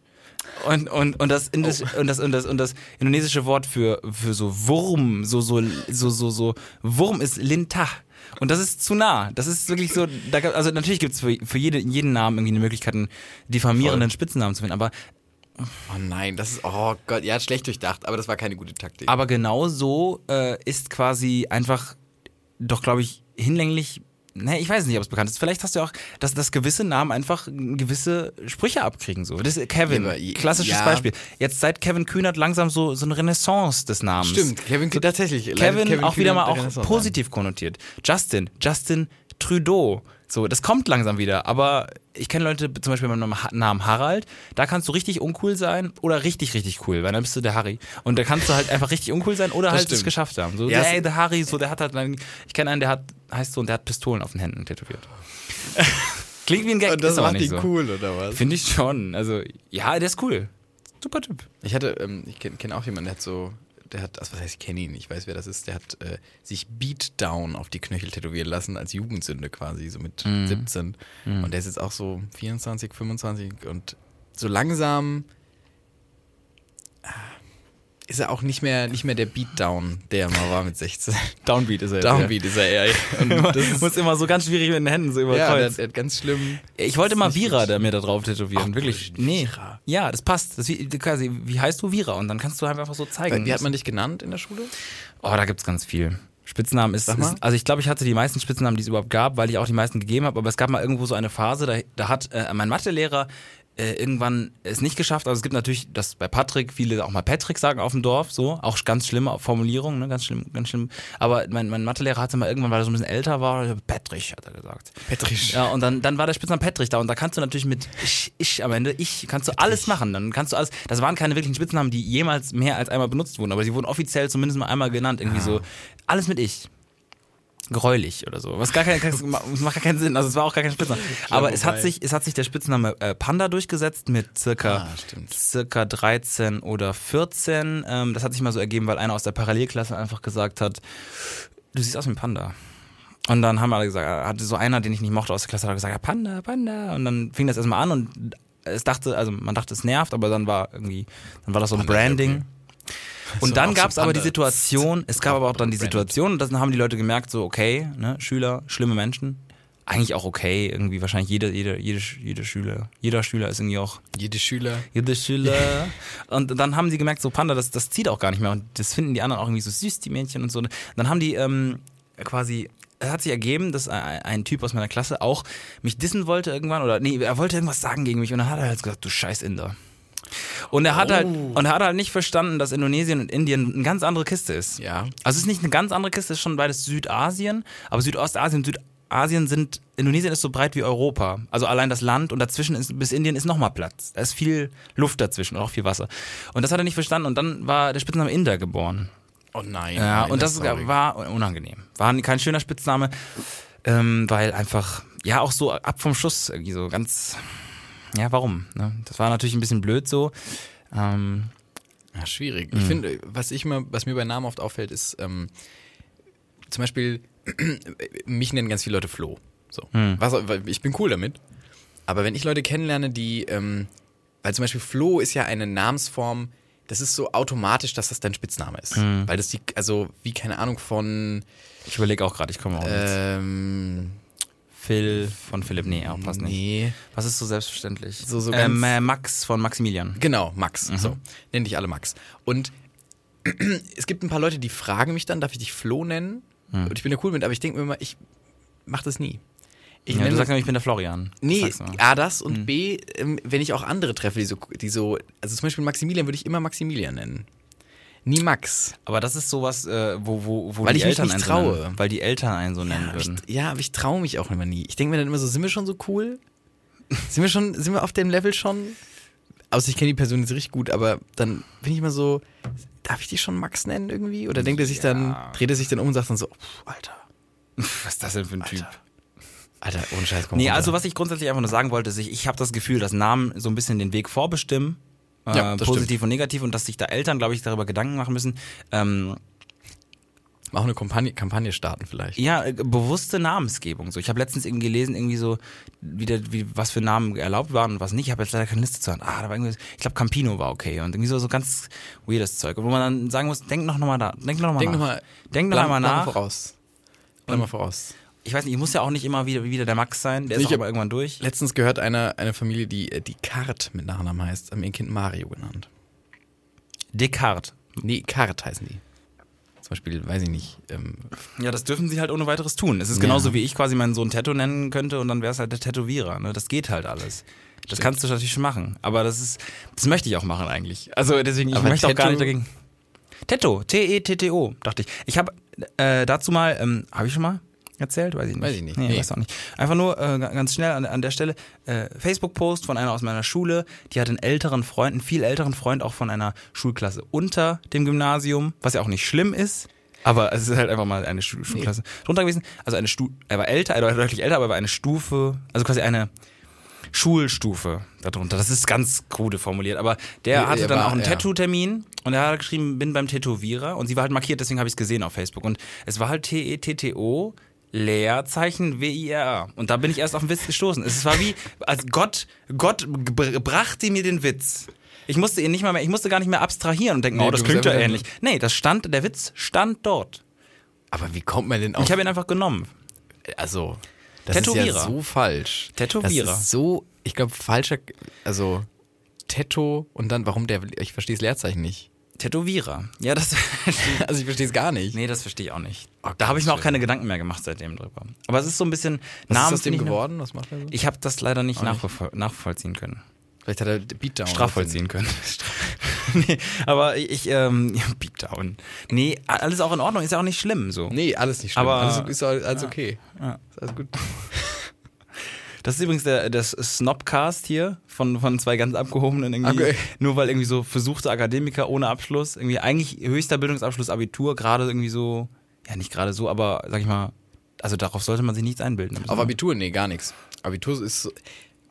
[SPEAKER 2] Und, und, und, das Indes, und, das, und, das, und das indonesische Wort für, für so Wurm, so, so, so, so, so, Wurm ist Lintah. Und das ist zu nah. Das ist wirklich so. Da, gab- also, natürlich gibt es für, für jede, jeden Namen irgendwie eine Möglichkeit, einen diffamierenden Spitznamen zu finden. Aber
[SPEAKER 3] Oh nein, das ist. Oh Gott, ja, schlecht durchdacht, aber das war keine gute Taktik.
[SPEAKER 2] Aber genau so äh, ist quasi einfach doch, glaube ich, hinlänglich. Ne, ich weiß nicht, ob es bekannt ist. Vielleicht hast du auch, dass, dass gewisse Namen einfach gewisse Sprüche abkriegen. So. Das ist Kevin,
[SPEAKER 3] Ja, aber je-
[SPEAKER 2] klassisches
[SPEAKER 3] ja.
[SPEAKER 2] Beispiel. Jetzt seit Kevin Kühnert langsam so, so eine Renaissance des Namens.
[SPEAKER 3] Stimmt, Kevin Kühn tatsächlich.
[SPEAKER 2] Kevin,
[SPEAKER 3] leidet
[SPEAKER 2] auch
[SPEAKER 3] Kühn
[SPEAKER 2] wieder
[SPEAKER 3] mit
[SPEAKER 2] mal
[SPEAKER 3] der
[SPEAKER 2] auch
[SPEAKER 3] Renaissance
[SPEAKER 2] positiv konnotiert. Justin, Justin Trudeau. So, das kommt langsam wieder. Aber ich kenne Leute, zum Beispiel mit meinem Ha- Namen Harald, da kannst du richtig uncool sein oder richtig, richtig cool, weil dann bist du der Harry. Und da kannst du halt einfach richtig uncool sein oder halt es
[SPEAKER 3] stimmt.
[SPEAKER 2] geschafft haben. So,
[SPEAKER 3] Ja,
[SPEAKER 2] der,
[SPEAKER 3] es-
[SPEAKER 2] ey, der Harry, so, der hat halt, dann- ich kenne einen, der hat, heißt so, und der hat Pistolen auf den Händen tätowiert. Klingt wie ein Gag,
[SPEAKER 3] an. Und das
[SPEAKER 2] ist aber
[SPEAKER 3] macht
[SPEAKER 2] nicht
[SPEAKER 3] ihn
[SPEAKER 2] so.
[SPEAKER 3] cool, oder was?
[SPEAKER 2] Finde ich schon. Also, ja, der ist cool. Super Typ.
[SPEAKER 3] Ich hatte, ähm, ich kenne kenn auch jemanden, der hat so, der hat, also was heißt, ich kenne ihn, ich weiß, wer das ist, der hat äh, sich Beatdown auf die Knöchel tätowieren lassen, als Jugendsünde quasi, so mit 17. Und der ist jetzt auch so 24, 25 und so langsam ah, ist er auch nicht mehr, nicht mehr der Beatdown, der er mal war mit 16.
[SPEAKER 2] Downbeat ist er.
[SPEAKER 3] Downbeat ist er eher. Und
[SPEAKER 2] Ja.
[SPEAKER 3] das ist,
[SPEAKER 2] Muss immer so ganz schwierig mit den Händen so über
[SPEAKER 3] ja, der,
[SPEAKER 2] Kreuz.
[SPEAKER 3] hat- der hat ganz schlimm.
[SPEAKER 2] Ich wollte mal
[SPEAKER 3] Ist nicht
[SPEAKER 2] Vira
[SPEAKER 3] gut.
[SPEAKER 2] da mir da drauf tätowieren,
[SPEAKER 3] Ach,
[SPEAKER 2] wirklich.
[SPEAKER 3] Bullshit,
[SPEAKER 2] Nee.
[SPEAKER 3] Vira.
[SPEAKER 2] Ja, das passt. Das ist wie, quasi, wie heißt du Vira? Und dann kannst du halt einfach so zeigen.
[SPEAKER 3] Wie hat man dich genannt in der Schule?
[SPEAKER 2] oh, da gibt's ganz viel. Spitznamen ist,
[SPEAKER 3] Sag mal.
[SPEAKER 2] ist, also ich glaube, ich hatte die meisten Spitznamen, die es überhaupt gab, weil ich auch die meisten gegeben habe, aber es gab mal irgendwo so eine Phase, da, da hat äh, mein Mathelehrer äh, irgendwann es nicht geschafft, also es gibt natürlich, dass bei Patrick viele auch mal Patrick sagen auf dem Dorf, so, auch ganz schlimme Formulierungen, ne? ganz schlimm, ganz schlimm, aber mein, mein Mathelehrer hatte mal irgendwann, weil er so ein bisschen älter war, Patrick hat er gesagt.
[SPEAKER 3] Petrisch.
[SPEAKER 2] Ja, und dann, dann war der Spitzname Petrich da und da kannst du natürlich mit ich, ich am Ende, ich, kannst du alles machen. Dann kannst du alles. Das waren keine wirklichen Spitznamen, die jemals mehr als einmal benutzt wurden, aber sie wurden offiziell zumindest mal einmal genannt.
[SPEAKER 3] Ah.
[SPEAKER 2] Irgendwie so, alles mit ich. Gräulich oder so. Was gar kein, das macht gar keinen Sinn. Also es war auch gar kein Spitzname. Aber es hat
[SPEAKER 3] wobei-
[SPEAKER 2] sich, es hat sich der Spitzname äh, Panda durchgesetzt mit circa,
[SPEAKER 3] Ah, stimmt.
[SPEAKER 2] circa 13 oder 14. Ähm, das hat sich mal so ergeben, weil einer aus der Parallelklasse einfach gesagt hat, du siehst aus wie ein Panda. Und dann haben alle gesagt, äh, hatte so einer, den ich nicht mochte aus der Klasse, hat gesagt, ja, Panda, Panda. Und dann fing das erstmal an und es dachte, also man dachte, es nervt, aber dann war irgendwie, dann war das so ein
[SPEAKER 3] Panda ist
[SPEAKER 2] Branding.
[SPEAKER 3] okay.
[SPEAKER 2] Und
[SPEAKER 3] So,
[SPEAKER 2] dann
[SPEAKER 3] auch
[SPEAKER 2] gab es
[SPEAKER 3] so
[SPEAKER 2] aber die
[SPEAKER 3] Panda.
[SPEAKER 2] Situation, es gab aber auch dann die
[SPEAKER 3] Branded.
[SPEAKER 2] Situation, und dann haben die Leute gemerkt, so, okay, ne, Schüler, schlimme Menschen, eigentlich auch okay. Irgendwie wahrscheinlich jeder, jeder, jede, Sch- jeder Schüler. Jeder Schüler ist irgendwie auch
[SPEAKER 3] Jede Schüler.
[SPEAKER 2] jede Schüler. und dann haben sie gemerkt, so Panda, das, das zieht auch gar nicht mehr. Und das finden die anderen auch irgendwie so süß, die Mädchen und so. Und dann haben die ähm, quasi. Es hat sich ergeben, dass ein ein Typ aus meiner Klasse auch mich dissen wollte irgendwann oder nee, er wollte irgendwas sagen gegen mich und dann hat er halt gesagt, du scheiß Inder. Und er hat halt und er hat halt nicht verstanden, dass Indonesien und Indien eine ganz andere Kiste ist.
[SPEAKER 3] Ja.
[SPEAKER 2] Also es ist nicht eine ganz andere Kiste, es ist schon beides Südasien, aber Südostasien und Südasien sind, Indonesien ist so breit wie Europa. Also allein das Land und dazwischen ist, bis Indien ist nochmal Platz. Da ist viel Luft dazwischen und auch viel Wasser. Und das hat er nicht verstanden und dann war der Spitzname Inder geboren.
[SPEAKER 3] Oh nein.
[SPEAKER 2] Ja,
[SPEAKER 3] nein,
[SPEAKER 2] und das,
[SPEAKER 3] traurig.
[SPEAKER 2] war unangenehm. War kein schöner Spitzname, ähm, weil einfach, ja, auch so ab vom Schuss irgendwie so ganz, ja, warum? Ne? Das war natürlich ein bisschen blöd so. Ähm,
[SPEAKER 3] Ja, schwierig. Ich finde, was ich mal, was mir bei Namen oft auffällt, ist ähm, zum Beispiel, mich nennen ganz viele Leute Flo. So. Was, weil ich bin cool damit. Aber wenn ich Leute kennenlerne, die, ähm, weil zum Beispiel Flo ist ja eine Namensform, das ist so automatisch, dass das dein Spitzname ist. Weil das die, also wie keine Ahnung von
[SPEAKER 2] ich überlege auch gerade, ich komme auch
[SPEAKER 3] Äh,
[SPEAKER 2] jetzt.
[SPEAKER 3] ähm,
[SPEAKER 2] Phil von Philipp, nee, auch passt nicht.
[SPEAKER 3] nee.
[SPEAKER 2] Was ist so selbstverständlich?
[SPEAKER 3] So- so
[SPEAKER 2] ähm,
[SPEAKER 3] ganz-
[SPEAKER 2] äh, Max von Maximilian.
[SPEAKER 3] Genau, Max.
[SPEAKER 2] Mhm.
[SPEAKER 3] So, nenne dich alle Max. Und es gibt ein paar Leute, die fragen mich dann, darf ich dich Flo nennen?
[SPEAKER 2] Hm.
[SPEAKER 3] Und ich bin ja cool mit, aber ich denke mir immer, ich mache das nie. Ich
[SPEAKER 2] Ja,
[SPEAKER 3] nenne
[SPEAKER 2] du sagst nämlich, ich bin der Florian.
[SPEAKER 3] nee,
[SPEAKER 2] Sagst Hm. du mal.
[SPEAKER 3] A, das und B, ähm, wenn ich auch andere treffe, die so, die so, also zum Beispiel Maximilian würde ich immer Maximilian nennen. Nie Max.
[SPEAKER 2] Aber das ist sowas, äh, wo, wo, wo
[SPEAKER 3] Weil
[SPEAKER 2] die
[SPEAKER 3] ich mich
[SPEAKER 2] Eltern
[SPEAKER 3] nicht
[SPEAKER 2] einen so
[SPEAKER 3] traue.
[SPEAKER 2] Nennen, weil die Eltern einen so nennen
[SPEAKER 3] Aber ich,
[SPEAKER 2] würden.
[SPEAKER 3] ja, aber ich traue mich auch immer nie. Ich denke mir dann immer so, sind wir schon so cool? Sind wir schon, sind wir auf dem Level schon? Außer ich kenne die Person jetzt richtig gut, aber dann bin ich immer so, darf ich die schon Max nennen irgendwie? Oder denkt er sich dann,
[SPEAKER 2] Ja.
[SPEAKER 3] dreht er sich dann um und sagt dann so, pff, Alter,
[SPEAKER 2] Was ist das denn für ein Typ?
[SPEAKER 3] Alter, ohne Scheiß, komm
[SPEAKER 2] Nee,
[SPEAKER 3] runter.
[SPEAKER 2] also was ich grundsätzlich einfach nur sagen wollte, ist, ich, ich habe das Gefühl, dass Namen so ein bisschen den Weg vorbestimmen. Äh,
[SPEAKER 3] Ja, das
[SPEAKER 2] positiv und negativ und dass sich da Eltern, glaube ich, darüber Gedanken machen müssen. Ähm,
[SPEAKER 3] Auch eine Kampagne, Kampagne starten vielleicht.
[SPEAKER 2] ja, äh, bewusste Namensgebung. So, ich habe letztens eben gelesen, irgendwie so, wieder, wie, was für Namen erlaubt waren und was nicht. Ich habe jetzt leider keine Liste zu haben. Ah, da war irgendwie, ich glaube, Campino war okay und irgendwie so, so ganz weirdes Zeug. Wo man dann sagen muss, denk noch noch mal da, denk noch noch mal
[SPEAKER 3] Denk
[SPEAKER 2] nach.
[SPEAKER 3] nochmal,
[SPEAKER 2] denk noch einmal nach.
[SPEAKER 3] voraus. Plan mal voraus.
[SPEAKER 2] Ich weiß nicht, ich muss ja auch nicht immer wieder, wieder der Max sein. Der
[SPEAKER 3] Ich
[SPEAKER 2] ist auch
[SPEAKER 3] hab-
[SPEAKER 2] aber irgendwann durch.
[SPEAKER 3] Letztens gehört einer, eine Familie, die, äh, die Kart mit Nachnamen heißt, haben ihr Kind Mario genannt.
[SPEAKER 2] Descartes.
[SPEAKER 3] Nee, Karat heißen die. Zum Beispiel, weiß ich nicht. Ähm,
[SPEAKER 2] Ja, das dürfen sie halt ohne weiteres tun. Es ist genauso, wie ich quasi meinen Sohn Tattoo nennen könnte und dann wäre es halt der Tätowierer. Ne? Das geht halt alles. Das kannst du natürlich schon machen. Aber das ist, das möchte ich auch machen eigentlich. Also deswegen, ich
[SPEAKER 3] Aber
[SPEAKER 2] möchte auch gar
[SPEAKER 3] Tattoo-
[SPEAKER 2] nicht dagegen. Tattoo, E T-E-T-T-O, dachte ich. Ich habe äh, dazu mal, ähm, habe ich schon mal erzählt? Weiß ich nicht.
[SPEAKER 3] Weiß ich nicht.
[SPEAKER 2] Nee,
[SPEAKER 3] Nee.
[SPEAKER 2] weiß auch nicht. Einfach nur äh, ga- ganz schnell an, an der Stelle, äh, Facebook-Post von einer aus meiner Schule, die hat einen älteren Freund, einen viel älteren Freund auch von einer Schulklasse unter dem Gymnasium, was ja auch nicht schlimm ist. Aber es ist halt einfach mal eine Schu Schulklasse drunter gewesen. Also eine Stu er war älter, er war deutlich älter, aber er war eine Stufe, also quasi eine Schulstufe darunter. Das ist ganz krude formuliert, aber der
[SPEAKER 3] Nee,
[SPEAKER 2] hatte
[SPEAKER 3] er
[SPEAKER 2] dann
[SPEAKER 3] war-
[SPEAKER 2] auch einen
[SPEAKER 3] ja.
[SPEAKER 2] Tattoo-Termin und er hat geschrieben, bin beim Tätowierer und sie war halt markiert, deswegen habe ich es gesehen auf Facebook. Und es war halt T-E-T-T-O, Leerzeichen W-I-R-A. Und da bin ich erst auf den Witz gestoßen. Es war wie, als Gott, Gott br- brachte mir den Witz. Ich musste ihn nicht mal mehr, ich musste gar nicht mehr abstrahieren und denken,
[SPEAKER 3] Nee,
[SPEAKER 2] oh, das
[SPEAKER 3] du
[SPEAKER 2] klingt ja
[SPEAKER 3] bist einfach-
[SPEAKER 2] ähnlich. Nee, das stand, der Witz stand dort.
[SPEAKER 3] aber wie kommt man denn auf?
[SPEAKER 2] Ich habe ihn einfach genommen.
[SPEAKER 3] also, das ist
[SPEAKER 2] Tätowierer.
[SPEAKER 3] ja so falsch.
[SPEAKER 2] Tätowierer.
[SPEAKER 3] Das ist so, ich glaube, falscher. Also, Tetto und dann, warum der. Ich verstehe das Leerzeichen nicht.
[SPEAKER 2] Tätowierer. Ja, das,
[SPEAKER 3] Also, ich verstehe es gar nicht.
[SPEAKER 2] Nee, das verstehe ich auch nicht.
[SPEAKER 3] Oh,
[SPEAKER 2] da habe ich mir auch
[SPEAKER 3] Gottes
[SPEAKER 2] keine Gedanken mehr gemacht seitdem drüber. Aber es ist so ein bisschen
[SPEAKER 3] Was ist
[SPEAKER 2] Namen
[SPEAKER 3] aus dem
[SPEAKER 2] finde ich noch-
[SPEAKER 3] geworden? Was macht er so?
[SPEAKER 2] Ich habe das leider nicht nachverfol nachvollziehen können.
[SPEAKER 3] Vielleicht hat er Beatdown.
[SPEAKER 2] Strafvollziehen können. nee, aber ich, ähm, ja, Beatdown. Nee, a- alles auch in Ordnung, ist ja auch nicht schlimm so.
[SPEAKER 3] Nee, alles nicht schlimm.
[SPEAKER 2] Aber-
[SPEAKER 3] alles ist alles, alles okay. Ist alles gut.
[SPEAKER 2] Das ist übrigens der, das Snobcast hier von, von zwei ganz abgehobenen irgendwie.
[SPEAKER 3] Okay.
[SPEAKER 2] Nur weil irgendwie so versuchte Akademiker ohne Abschluss, irgendwie eigentlich höchster Bildungsabschluss, Abitur, gerade irgendwie so, ja nicht gerade so, aber sag ich mal, also darauf sollte man sich nichts einbilden.
[SPEAKER 3] Auf Abitur? Nee, gar nichts. Abitur ist so.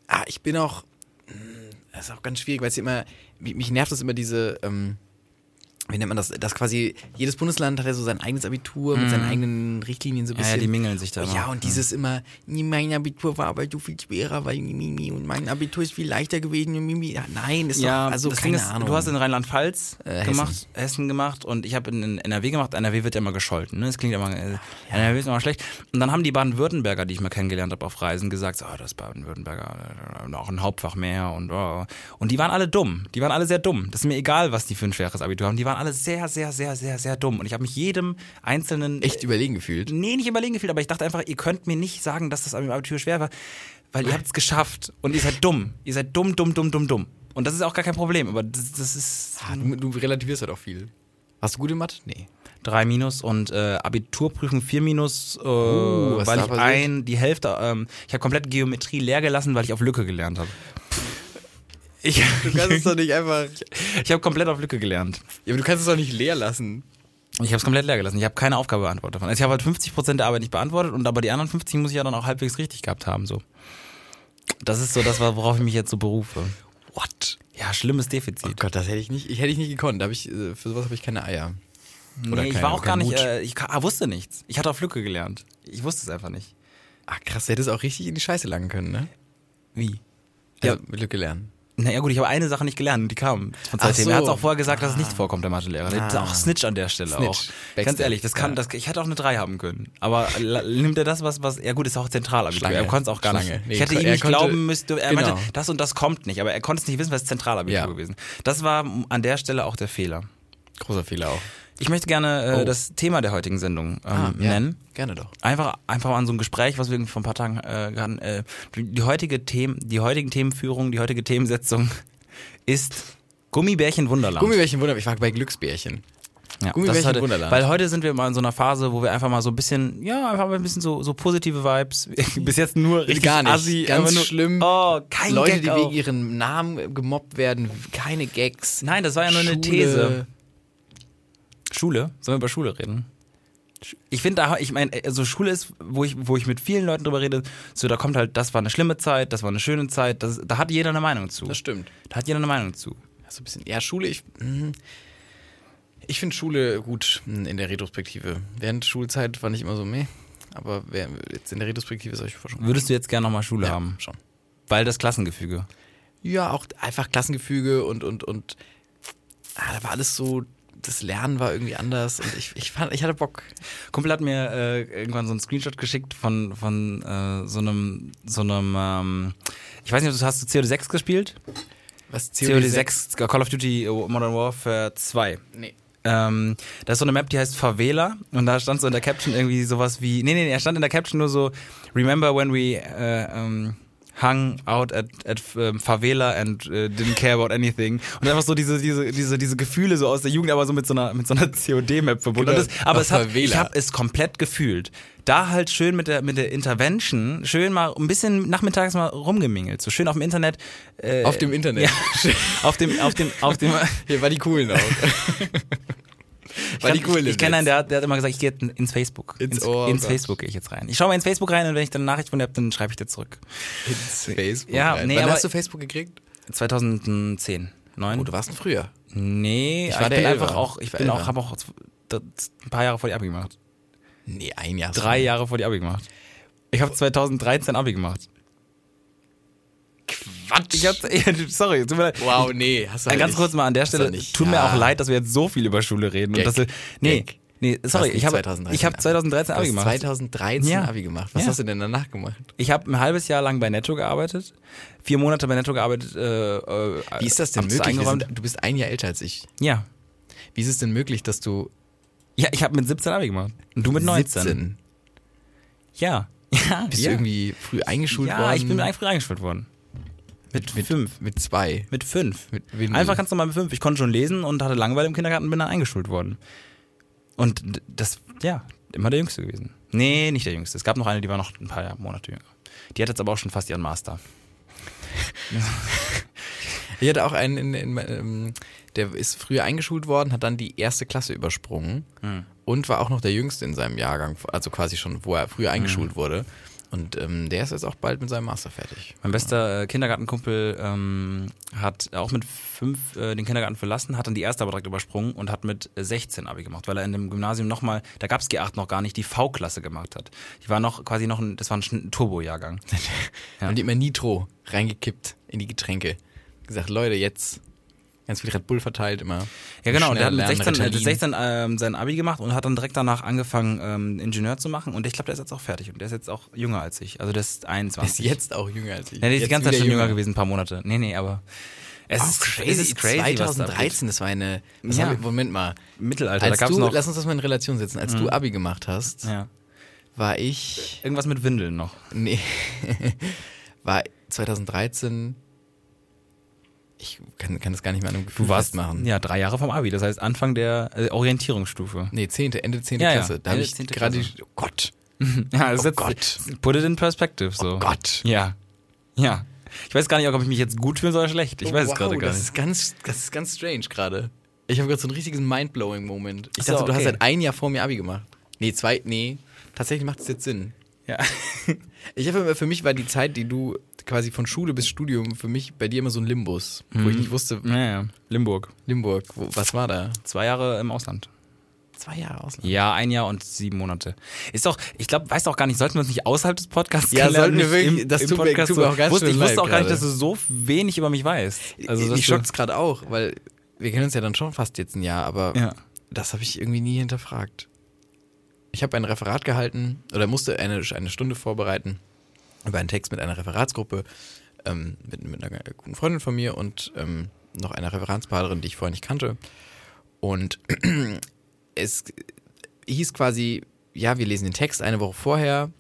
[SPEAKER 3] Ah, ich bin hm, auch. mh, Das ist auch ganz schwierig, weil es immer. Mich mich nervt das immer diese. Ähm, wie nennt man das, dass quasi jedes Bundesland hat ja so sein eigenes Abitur mit seinen eigenen Richtlinien so ein
[SPEAKER 2] Mhm. Ja, ja,
[SPEAKER 3] bisschen.
[SPEAKER 2] die mingeln sich da
[SPEAKER 3] Oh,
[SPEAKER 2] immer. Mhm.
[SPEAKER 3] Ja, und dieses immer, "Nee, mein Abitur war aber so viel schwerer, weil Mimi und mein Abitur ist viel leichter gewesen und Mimi. Ja, nein, ist
[SPEAKER 2] Ja,
[SPEAKER 3] doch, also
[SPEAKER 2] das
[SPEAKER 3] keine
[SPEAKER 2] Ding ist,
[SPEAKER 3] Ahnung.
[SPEAKER 2] du hast in Rheinland-Pfalz
[SPEAKER 3] Äh,
[SPEAKER 2] gemacht, Hessen. gemacht und ich habe in, in NRW gemacht. NRW wird ja immer gescholten, ne? Das klingt immer, äh, NRW ist immer schlecht. Und dann haben die Baden-Württemberger, die ich mal kennengelernt habe auf Reisen, gesagt, oh, das Baden-Württemberger, äh, auch ein Hauptfach mehr und oh. Und die waren alle dumm. Die waren alle sehr dumm. Das ist mir egal, was die für ein schweres Abitur haben. Die waren alle sehr, sehr, sehr, sehr, sehr dumm. Und ich habe mich jedem einzelnen
[SPEAKER 3] echt überlegen gefühlt.
[SPEAKER 2] Nee, nicht überlegen gefühlt, aber ich dachte einfach, ihr könnt mir nicht sagen, dass das am Abitur schwer war, weil ihr habt es geschafft und ihr seid dumm. Ihr seid dumm, dumm, dumm, dumm, dumm. Und das ist auch gar kein Problem, aber das, das ist
[SPEAKER 3] Ah, du, du relativierst halt auch viel. Hast du gute Mathe? Nee.
[SPEAKER 2] 3 minus und äh, Abiturprüfung 4 minus, äh,
[SPEAKER 3] Uh, was
[SPEAKER 2] weil
[SPEAKER 3] da
[SPEAKER 2] ich
[SPEAKER 3] passiert?
[SPEAKER 2] ein, die Hälfte, ähm, ich habe komplett Geometrie leer gelassen, weil ich auf Lücke gelernt habe. Ich,
[SPEAKER 3] doch nicht einfach.
[SPEAKER 2] ich habe komplett auf Lücke gelernt.
[SPEAKER 3] Ja, aber du kannst es doch nicht leer lassen.
[SPEAKER 2] Ich habe es komplett leer gelassen. Ich habe keine Aufgabe beantwortet davon. Also ich habe halt 50% der Arbeit nicht beantwortet und aber die anderen 50 muss ich ja dann auch halbwegs richtig gehabt haben. So. Das ist so das, worauf ich mich jetzt so berufe.
[SPEAKER 3] What?
[SPEAKER 2] Ja, schlimmes
[SPEAKER 3] Oh
[SPEAKER 2] Defizit.
[SPEAKER 3] Gott, das hätte ich nicht, ich hätte ich nicht gekonnt. Da hab ich, äh, für sowas habe ich keine Eier. Oder
[SPEAKER 2] nee, ich
[SPEAKER 3] keine-
[SPEAKER 2] war auch gar
[SPEAKER 3] keinen
[SPEAKER 2] nicht,
[SPEAKER 3] Mut.
[SPEAKER 2] äh, ich ka- wusste nichts. Ich hatte auf Lücke gelernt. Ich wusste es einfach nicht.
[SPEAKER 3] Ah, krass, du hättest auch richtig in die Scheiße langen können, ne?
[SPEAKER 2] Wie?
[SPEAKER 3] Also,
[SPEAKER 2] Ja.
[SPEAKER 3] mit Lücke lernen.
[SPEAKER 2] Naja gut, ich habe eine Sache nicht gelernt und die kam von
[SPEAKER 3] Ach
[SPEAKER 2] seitdem. Er hat es
[SPEAKER 3] so.
[SPEAKER 2] auch vorher gesagt, dass es nicht vorkommt, der Mathelehrer. Der ist
[SPEAKER 3] Ah.
[SPEAKER 2] auch Snitch an der Stelle
[SPEAKER 3] Snitch.
[SPEAKER 2] auch. Ganz
[SPEAKER 3] Backstab.
[SPEAKER 2] ehrlich, das kann,
[SPEAKER 3] Ja.
[SPEAKER 2] das, ich hätte auch eine 3 haben können. Aber la- nimmt er das, was, was, ja gut, ist auch zentral.
[SPEAKER 3] Schlange.
[SPEAKER 2] Er konnte es auch gar
[SPEAKER 3] Schlange.
[SPEAKER 2] nicht.
[SPEAKER 3] Nee,
[SPEAKER 2] ich hätte
[SPEAKER 3] er
[SPEAKER 2] ihm nicht
[SPEAKER 3] konnte-
[SPEAKER 2] glauben müssen, er
[SPEAKER 3] Genau.
[SPEAKER 2] meinte, das und das kommt nicht. Aber er konnte es nicht wissen, weil es Zentralabitur
[SPEAKER 3] Ja.
[SPEAKER 2] gewesen Das war an der Stelle auch der Fehler.
[SPEAKER 3] Großer Fehler auch. Hm,
[SPEAKER 2] Ich möchte gerne äh,
[SPEAKER 3] Oh. Ah,
[SPEAKER 2] das Thema der heutigen Sendung ähm, nennen.
[SPEAKER 3] Gerne doch.
[SPEAKER 2] Einfach, einfach mal an so ein Gespräch, was wir irgendwie vor ein paar Tagen äh, hatten. Äh, die, die, heutige Themen, die heutigen Themenführung, die heutige Themensetzung ist Gummibärchen Wunderland.
[SPEAKER 3] Gummibärchen Wunderland. Ich war bei Glücksbärchen.
[SPEAKER 2] ja,
[SPEAKER 3] Gummibärchen
[SPEAKER 2] das ist heute,
[SPEAKER 3] Wunderland.
[SPEAKER 2] Weil heute sind wir mal in so einer Phase, wo wir einfach mal so ein bisschen, ja, einfach mal ein bisschen so, so positive Vibes. Bis jetzt nur richtig
[SPEAKER 3] Gar nicht.
[SPEAKER 2] assi,
[SPEAKER 3] Ganz
[SPEAKER 2] einfach nur,
[SPEAKER 3] schlimm.
[SPEAKER 2] Oh, kein
[SPEAKER 3] Leute,
[SPEAKER 2] Gag
[SPEAKER 3] die
[SPEAKER 2] auch.
[SPEAKER 3] wegen ihrem Namen gemobbt werden, keine Gags.
[SPEAKER 2] Nein, das war ja nur eine
[SPEAKER 3] Schule.
[SPEAKER 2] These. Schule? Sollen wir über Schule reden? Sch- Ich finde, da, ich meine, also Schule ist, wo ich, wo ich mit vielen Leuten drüber rede, so da kommt halt, das war eine schlimme Zeit, das war eine schöne Zeit, das, da hat jeder eine Meinung zu.
[SPEAKER 3] Das stimmt.
[SPEAKER 2] Da hat jeder eine Meinung zu.
[SPEAKER 3] Ja, so ein bisschen. Ja, Schule, ich. mm. Ich finde Schule gut mm, in der Retrospektive. Während Schulzeit fand ich immer so, meh. Aber wer- jetzt in der Retrospektive ist euch schon.
[SPEAKER 2] Würdest du jetzt gerne nochmal Schule haben?
[SPEAKER 3] schon.
[SPEAKER 2] Weil das Klassengefüge.
[SPEAKER 3] Ja, auch einfach Klassengefüge und, und, und. Ah, da war alles so. Das Lernen war irgendwie anders und ich, ich, fand, ich hatte Bock.
[SPEAKER 2] Kumpel hat mir äh, irgendwann so einen Screenshot geschickt von, von äh, so einem, so einem, ähm, ich weiß nicht, ob du hast du COD6 gespielt?
[SPEAKER 3] Was
[SPEAKER 2] COD6, Call of Duty äh, Modern Warfare 2.
[SPEAKER 3] Nee.
[SPEAKER 2] Ähm, da ist so eine Map, die heißt Favela und da stand so in der Caption irgendwie sowas wie, nee, nee, nee, er stand in der Caption nur so, remember when we äh, ähm, hung out at, at ähm, Favela and äh, didn't care about anything und einfach so diese, diese, diese, diese Gefühle so aus der Jugend, aber so mit so einer, mit so einer COD-Map verbunden.
[SPEAKER 3] Genau,
[SPEAKER 2] Und das, aber
[SPEAKER 3] auf
[SPEAKER 2] es hat,
[SPEAKER 3] Favela.
[SPEAKER 2] ich habe es komplett gefühlt. Da halt schön mit der, mit der Intervention, schön mal ein bisschen nachmittags mal rumgemingelt, so schön auf dem Internet. Äh,
[SPEAKER 3] Auf dem Internet.
[SPEAKER 2] Ja, auf dem, auf dem, auf dem,
[SPEAKER 3] Hier war die coolen auch. war die
[SPEAKER 2] ich
[SPEAKER 3] coolen.
[SPEAKER 2] ich, ich kenne einen, der, hat- der hat immer gesagt, ich gehe jetzt ins Facebook.
[SPEAKER 3] Ins- oh
[SPEAKER 2] ins
[SPEAKER 3] Gott.
[SPEAKER 2] Facebook gehe ich jetzt rein. Ich schaue mal ins Facebook rein und wenn ich dann eine Nachricht von dir habe, dann schreibe ich dir zurück.
[SPEAKER 3] Facebook.
[SPEAKER 2] Ja,
[SPEAKER 3] rein.
[SPEAKER 2] nee,
[SPEAKER 3] Wann
[SPEAKER 2] aber-
[SPEAKER 3] hast du Facebook gekriegt?
[SPEAKER 2] 2010. Neun?
[SPEAKER 3] Oh, du warst ein früher. Ich
[SPEAKER 2] nee, ich,
[SPEAKER 3] war der
[SPEAKER 2] bin
[SPEAKER 3] Elfer.
[SPEAKER 2] einfach auch, ich
[SPEAKER 3] Ich war
[SPEAKER 2] bin auch,
[SPEAKER 3] Elfer.
[SPEAKER 2] habe auch das, ein paar Jahre vor die Abi gemacht.
[SPEAKER 3] Nee, ein Jahr.
[SPEAKER 2] Drei Jahre vor die Abi gemacht. Ich habe 2013 Abi gemacht.
[SPEAKER 3] Quatsch.
[SPEAKER 2] Ich hab, sorry, tut mir leid.
[SPEAKER 3] wow, nee. Hast du
[SPEAKER 2] Äh, Ganz kurz mal an der Stelle,
[SPEAKER 3] doch nicht-
[SPEAKER 2] tut mir
[SPEAKER 3] ja.
[SPEAKER 2] auch leid, dass wir jetzt so viel über Schule reden.
[SPEAKER 3] Gag.
[SPEAKER 2] Und dass wir, nee,
[SPEAKER 3] Gag.
[SPEAKER 2] nee, sorry, ich habe ich hab 2013 Abi gemacht.
[SPEAKER 3] 2013
[SPEAKER 2] Ja.
[SPEAKER 3] Abi gemacht. Was
[SPEAKER 2] Ja.
[SPEAKER 3] hast du denn danach gemacht?
[SPEAKER 2] Ich habe ein halbes Jahr lang bei Netto gearbeitet, vier Monate bei Netto gearbeitet. Äh, äh,
[SPEAKER 3] Wie ist das denn
[SPEAKER 2] hab's
[SPEAKER 3] möglich? Wir
[SPEAKER 2] Eingeräumt.
[SPEAKER 3] Sind, du bist ein Jahr älter als ich.
[SPEAKER 2] Ja,
[SPEAKER 3] Wie ist es denn möglich, dass du
[SPEAKER 2] ja, ich habe mit 17 Abi gemacht und du mit 19.
[SPEAKER 3] 17
[SPEAKER 2] Ja, ja,
[SPEAKER 3] bist
[SPEAKER 2] ja.
[SPEAKER 3] du irgendwie früh eingeschult
[SPEAKER 2] ja,
[SPEAKER 3] worden?
[SPEAKER 2] ich bin eigentlich früh eingeschult worden. Mit, mit fünf.
[SPEAKER 3] mit zwei.
[SPEAKER 2] Mit fünf.
[SPEAKER 3] Mit Windel.
[SPEAKER 2] Einfach ganz normal mit fünf. Ich konnte schon lesen und hatte Langeweile im Kindergarten und bin dann eingeschult worden. Und d- das, ja, immer der Jüngste gewesen. Nee, nicht der Jüngste. Es gab noch eine, die war noch ein paar Monate jünger. Die hat jetzt aber auch schon fast ihren Master.
[SPEAKER 3] Ich hatte auch einen, in, in, ähm, der ist früher eingeschult worden, hat dann die erste Klasse
[SPEAKER 2] Hm. Hm.
[SPEAKER 3] übersprungen und war auch noch der Jüngste in seinem Jahrgang, also quasi schon, wo er früher eingeschult wurde. Und ähm, der ist jetzt auch bald mit seinem Master fertig.
[SPEAKER 2] Mein bester äh, Kindergartenkumpel ähm, hat auch mit fünf äh, den Kindergarten verlassen, hat dann die erste aber direkt übersprungen und hat mit 16 Abi gemacht, weil er in dem Gymnasium nochmal, da gab es G8 noch gar nicht, die V-Klasse gemacht hat. Die war noch quasi noch ein, das war ein, Schn- ein Turbo-Jahrgang. Ja.
[SPEAKER 3] Haben die immer Nitro reingekippt in die Getränke. Gesagt, Leute, jetzt ganz viel Red Bull verteilt immer.
[SPEAKER 2] Ja, genau. Und der hat mit
[SPEAKER 3] Schneller lernen,
[SPEAKER 2] 16,
[SPEAKER 3] Ritalin.
[SPEAKER 2] äh, 16 ähm, sein Abi gemacht und hat dann direkt danach angefangen, ähm, Ingenieur zu machen. Und ich glaube, der ist jetzt auch fertig. Und der ist jetzt auch jünger als ich. Also, der ist
[SPEAKER 3] Der ist
[SPEAKER 2] 21.
[SPEAKER 3] jetzt auch jünger als ich.
[SPEAKER 2] Ja, der ist die
[SPEAKER 3] Jetzt
[SPEAKER 2] ganze Zeit
[SPEAKER 3] wieder
[SPEAKER 2] schon jünger gewesen, ein paar Monate. Nee, nee, aber. Es
[SPEAKER 3] Auch
[SPEAKER 2] ist
[SPEAKER 3] crazy,
[SPEAKER 2] es ist crazy. was da abgeht.
[SPEAKER 3] 2013, das war eine. Was
[SPEAKER 2] Ja.
[SPEAKER 3] haben wir, Moment mal.
[SPEAKER 2] Mittelalter,
[SPEAKER 3] Als
[SPEAKER 2] da gab es
[SPEAKER 3] du,
[SPEAKER 2] noch. Mhm.
[SPEAKER 3] lass uns das mal in Relation setzen. Als du Abi gemacht hast,
[SPEAKER 2] Ja.
[SPEAKER 3] war ich.
[SPEAKER 2] Irgendwas mit Windeln noch.
[SPEAKER 3] Nee. war 2013. Ich kann, kann das gar nicht mehr an einem Gefühl festmachen.
[SPEAKER 2] Ja, drei Jahre vom Abi, das heißt Anfang der äh, Orientierungsstufe.
[SPEAKER 3] Nee, 10., Ende 10.
[SPEAKER 2] Ja, ja,
[SPEAKER 3] Klasse. Da habe
[SPEAKER 2] Ende
[SPEAKER 3] ich
[SPEAKER 2] 10.
[SPEAKER 3] gerade.
[SPEAKER 2] Klasse.
[SPEAKER 3] die- Oh Gott.
[SPEAKER 2] Ja, das
[SPEAKER 3] Oh Gott.
[SPEAKER 2] Put it in perspective so.
[SPEAKER 3] Oh Gott.
[SPEAKER 2] Ja. Ja. Ich weiß gar nicht, ob ich mich jetzt gut fühle oder schlecht. Ich weiß
[SPEAKER 3] wow,
[SPEAKER 2] es gerade gar
[SPEAKER 3] das
[SPEAKER 2] nicht.
[SPEAKER 3] Ist ganz, das ist ganz strange gerade. Ich habe gerade so einen riesigen Mindblowing-Moment. Ich
[SPEAKER 2] Ach so,
[SPEAKER 3] dachte, du hast
[SPEAKER 2] okay.
[SPEAKER 3] seit ein Jahr vor mir Abi gemacht. Nee, zwei, nee. Tatsächlich macht es jetzt Sinn.
[SPEAKER 2] Ja.
[SPEAKER 3] Ich habe immer, für mich war die Zeit, die du quasi von Schule bis Studium, für mich bei dir immer so ein Limbus, wo ich nicht wusste,
[SPEAKER 2] Naja, Limburg.
[SPEAKER 3] Limburg, wo, was war da?
[SPEAKER 2] Zwei Jahre im Ausland.
[SPEAKER 3] Zwei Jahre Ausland.
[SPEAKER 2] Ja, ein Jahr und sieben Monate. Ist doch, ich glaube, weiß auch gar nicht, sollten wir uns nicht außerhalb des Podcasts
[SPEAKER 3] Ja, sollten wir
[SPEAKER 2] nicht
[SPEAKER 3] wirklich- das tut mir- tut mir
[SPEAKER 2] so.
[SPEAKER 3] auch ganz
[SPEAKER 2] wusste,
[SPEAKER 3] schön
[SPEAKER 2] Ich wusste
[SPEAKER 3] leid
[SPEAKER 2] auch gar nicht,
[SPEAKER 3] gerade.
[SPEAKER 2] dass du so wenig über mich weißt.
[SPEAKER 3] Also
[SPEAKER 2] dass
[SPEAKER 3] ich
[SPEAKER 2] du-
[SPEAKER 3] schockt es gerade auch, weil wir kennen uns ja dann schon fast jetzt ein Jahr, aber
[SPEAKER 2] Ja.
[SPEAKER 3] das habe ich irgendwie nie hinterfragt. Ich habe ein Referat gehalten oder musste eine, eine Stunde vorbereiten über einen Text mit einer Referatsgruppe, ähm, mit, mit einer guten Freundin von mir und ähm, noch einer Referentspartnerin, die ich vorher nicht kannte. Und es hieß quasi, ja, wir lesen den Text eine Woche vorher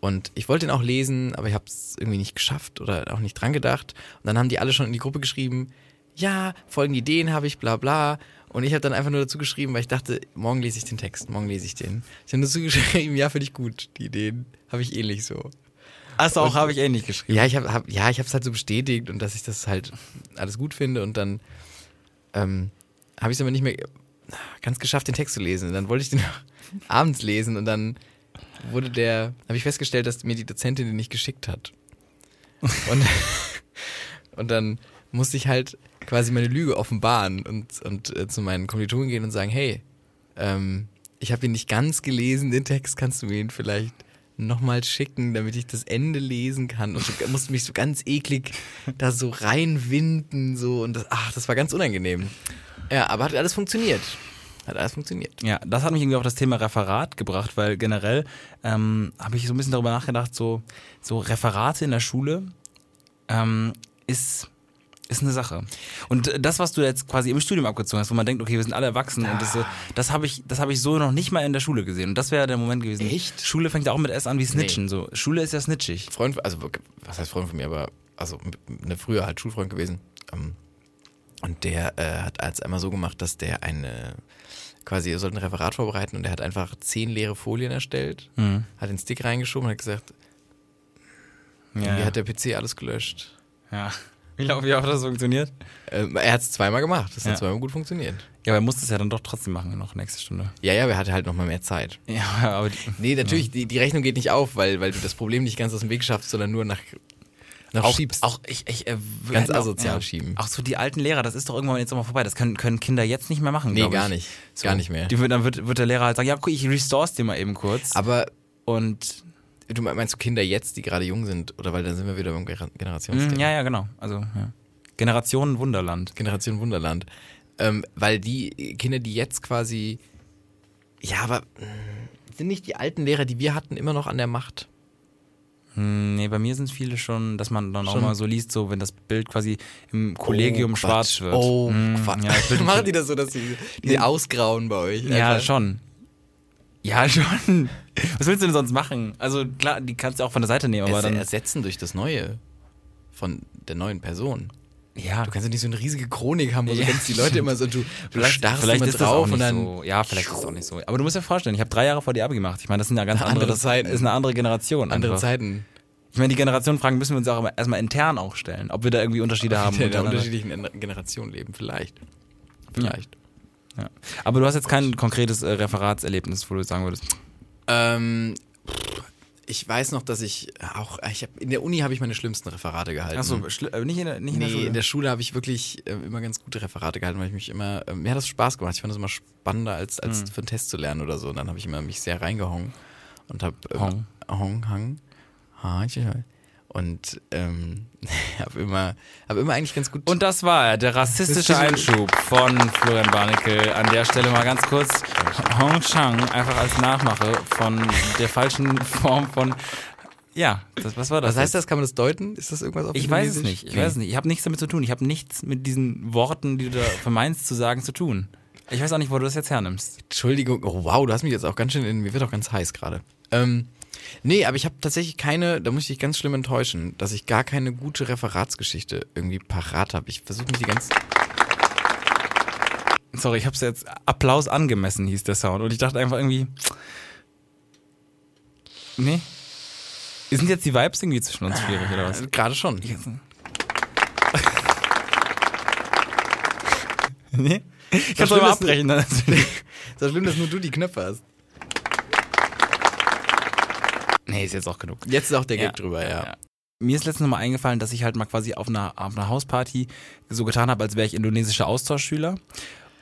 [SPEAKER 3] und ich wollte ihn auch lesen, aber ich habe es irgendwie nicht geschafft oder auch nicht dran gedacht. Und dann haben die alle schon in die Gruppe geschrieben, ja, folgende Ideen habe ich, bla bla. Und ich habe dann einfach nur dazu geschrieben, weil ich dachte, morgen lese ich den Text, morgen lese ich den. Ich habe dazu geschrieben, ja, finde ich gut, die Ideen habe ich ähnlich so.
[SPEAKER 2] Achso, auch habe ich ähnlich geschrieben.
[SPEAKER 3] Ja, ich habe hab, ja, ich hab's halt so bestätigt und dass ich das halt alles gut finde und dann ähm, habe ich es aber nicht mehr ganz geschafft, den Text zu lesen. Und dann wollte ich den abends lesen und dann wurde der, habe ich festgestellt, dass mir die Dozentin den nicht geschickt hat. Und, und dann musste ich halt quasi meine Lüge offenbaren und, und äh, zu meinen Kommilitonen gehen und sagen, hey, ähm, ich habe ihn nicht ganz gelesen, den Text, kannst du mir ihn vielleicht nochmal schicken, damit ich das Ende lesen kann. Und so, musste mich so ganz eklig da so reinwinden, so und das, ach, das war ganz unangenehm. Ja, aber hat alles funktioniert. Hat alles funktioniert.
[SPEAKER 2] Ja, das hat mich irgendwie auf das Thema Referat gebracht, weil generell ähm, habe ich so ein bisschen darüber nachgedacht, so, so Referate in der Schule ähm, ist, ist eine Sache. Und äh, das, was du jetzt quasi im Studium abgezogen hast, wo man denkt, okay, wir sind alle erwachsen und das, so- das habe ich, das hab ich so noch nicht mal in der Schule gesehen. Und das wäre der Moment gewesen.
[SPEAKER 3] Echt?
[SPEAKER 2] Schule fängt ja auch mit S an wie Snitchen. So. Schule ist ja snitchig.
[SPEAKER 3] Freund, also was heißt Freund von mir, aber also eine früher halt Schulfreund gewesen. Ähm, und der äh, hat als einmal so gemacht, dass der eine quasi, er sollte ein Referat vorbereiten und er hat einfach zehn leere Folien erstellt, hat den Stick reingeschoben und hat gesagt,
[SPEAKER 2] Ja,
[SPEAKER 3] irgendwie
[SPEAKER 2] ja.
[SPEAKER 3] hat der PC alles gelöscht.
[SPEAKER 2] ja. Wie, lau- wie oft hat das funktioniert?
[SPEAKER 3] Ähm, er hat es zweimal gemacht, das
[SPEAKER 2] Ja.
[SPEAKER 3] hat zweimal gut funktioniert.
[SPEAKER 2] Ja, aber er musste es ja dann doch trotzdem machen, noch nächste Stunde.
[SPEAKER 3] Ja, ja, aber er hatte halt nochmal mehr Zeit.
[SPEAKER 2] Ja, aber die,
[SPEAKER 3] Nee, natürlich, die, die Rechnung geht nicht auf, weil, weil du das Problem nicht ganz aus dem Weg schaffst, sondern nur nach, nach
[SPEAKER 2] auch,
[SPEAKER 3] schiebst.
[SPEAKER 2] Auch ich, ich äh, wir
[SPEAKER 3] Ganz
[SPEAKER 2] hätten auch-
[SPEAKER 3] asozial schieben.
[SPEAKER 2] Auch so die alten Lehrer, das ist doch irgendwann jetzt nochmal vorbei. Das können, können Kinder jetzt nicht mehr machen.
[SPEAKER 3] nee,
[SPEAKER 2] glaub
[SPEAKER 3] gar
[SPEAKER 2] ich.
[SPEAKER 3] nicht.
[SPEAKER 2] So.
[SPEAKER 3] Gar nicht mehr.
[SPEAKER 2] Die wird, dann wird, wird der Lehrer halt sagen, ja, guck, ich restore's dir mal eben kurz.
[SPEAKER 3] Aber
[SPEAKER 2] und
[SPEAKER 3] du me- meinst du Kinder jetzt, die gerade jung sind, oder weil dann sind wir wieder beim Gera- Generationsthema.
[SPEAKER 2] mh, ja, ja, genau. Also ja. Generationen Wunderland.
[SPEAKER 3] Generation Wunderland. Ähm, weil die Kinder, die jetzt quasi. Ja, aber mh, sind nicht die alten Lehrer, die wir hatten, immer noch an der Macht?
[SPEAKER 2] Hm, nee, bei mir sind viele schon, dass man dann auch
[SPEAKER 3] Schon.
[SPEAKER 2] mal so liest, so wenn das Bild quasi im Kollegium
[SPEAKER 3] Oh,
[SPEAKER 2] schwarz
[SPEAKER 3] Quatsch.
[SPEAKER 2] wird.
[SPEAKER 3] Oh,
[SPEAKER 2] Hm,
[SPEAKER 3] Quatsch.
[SPEAKER 2] ja, ich bin-
[SPEAKER 3] Machen die das so, dass die, die ausgrauen bei euch?
[SPEAKER 2] Ja,
[SPEAKER 3] Einfach.
[SPEAKER 2] schon. Ja, schon. Was willst du denn sonst machen? Also klar, die kannst du auch von der Seite nehmen, aber
[SPEAKER 3] Ers-
[SPEAKER 2] dann.
[SPEAKER 3] ersetzen durch das Neue von der neuen Person.
[SPEAKER 2] ja,
[SPEAKER 3] Du kannst ja nicht so eine riesige Chronik haben, wo du
[SPEAKER 2] Ja.
[SPEAKER 3] kennst die Leute immer so, du, du
[SPEAKER 2] Vielleicht,
[SPEAKER 3] starrst
[SPEAKER 2] vielleicht
[SPEAKER 3] immer
[SPEAKER 2] ist das auch
[SPEAKER 3] drauf
[SPEAKER 2] nicht
[SPEAKER 3] und dann
[SPEAKER 2] so. Ja, vielleicht ist es auch nicht so. Aber du musst dir vorstellen, ich habe drei Jahre vor die Abi gemacht. Ich meine, das sind ja ganz
[SPEAKER 3] Andere
[SPEAKER 2] andere,
[SPEAKER 3] Zeiten.
[SPEAKER 2] Ist eine andere Generation.
[SPEAKER 3] andere
[SPEAKER 2] einfach.
[SPEAKER 3] Zeiten
[SPEAKER 2] Ich meine, die Generationenfragen müssen wir uns auch immer erstmal intern auch stellen, ob wir da irgendwie Unterschiede haben.
[SPEAKER 3] in einer
[SPEAKER 2] untereinander.
[SPEAKER 3] unterschiedlichen Ener- Generation leben. Vielleicht. Vielleicht.
[SPEAKER 2] Ja. Aber du hast jetzt kein konkretes äh, Referatserlebnis, wo du sagen würdest,
[SPEAKER 3] Ähm, pff, ich weiß noch, dass ich auch, ich hab, in der Uni habe ich meine schlimmsten Referate gehalten.
[SPEAKER 2] Achso, äh, nicht in der, nicht hm. in der
[SPEAKER 3] nee,
[SPEAKER 2] Schule.
[SPEAKER 3] in der Schule habe ich wirklich äh, immer ganz gute Referate gehalten, weil ich mich immer, äh, mir hat das Spaß gemacht. Ich fand das immer spannender, als,
[SPEAKER 2] Mhm.
[SPEAKER 3] als für einen Test zu lernen oder so. Und dann habe ich immer mich sehr reingehongen und habe ähm,
[SPEAKER 2] Hong.
[SPEAKER 3] Hong, Hang, Ha, ich- und ähm, habe immer, hab immer eigentlich ganz gut.
[SPEAKER 2] Und das war er, der rassistische
[SPEAKER 3] Das ist-
[SPEAKER 2] Einschub von Florian Barnickel. An der Stelle mal ganz kurz Hong Chang einfach als Nachmache von der falschen Form von. Ja, das, was war das?
[SPEAKER 3] was heißt das? Kann man das deuten? Ist das irgendwas auf
[SPEAKER 2] Ich weiß es
[SPEAKER 3] Indonesisch?
[SPEAKER 2] nicht. Ich weiß es nicht. Ich habe nichts damit zu tun. Ich habe nichts mit diesen Worten, die du da vermeinst zu sagen, zu tun. Ich weiß auch nicht, wo du das jetzt hernimmst.
[SPEAKER 3] Entschuldigung, oh, wow, du hast mich jetzt auch ganz schön in, mir wird auch ganz heiß gerade. Ähm, nee, aber ich habe tatsächlich keine, da muss ich dich ganz schlimm enttäuschen, dass ich gar keine gute Referatsgeschichte irgendwie parat habe. Ich versuche mich die ganze
[SPEAKER 2] Sorry, ich habe es jetzt Applaus angemessen, hieß der Sound. Und ich dachte einfach irgendwie. Nee. Sind jetzt die Vibes irgendwie zwischen uns schwierig oder was?
[SPEAKER 3] gerade schon.
[SPEAKER 2] Nee. Ich kann
[SPEAKER 3] Das
[SPEAKER 2] doch immer abbrechen.
[SPEAKER 3] Schlimme
[SPEAKER 2] Dann.
[SPEAKER 3] Ist das schlimm, dass nur du die Knöpfe hast?
[SPEAKER 2] Nee, ist jetzt auch genug.
[SPEAKER 3] Jetzt ist auch der Gag
[SPEAKER 2] Ja.
[SPEAKER 3] drüber, ja.
[SPEAKER 2] Mir ist letztens noch mal eingefallen, dass ich halt mal quasi auf einer, auf einer Hausparty so getan habe, als wäre ich indonesischer Austauschschüler.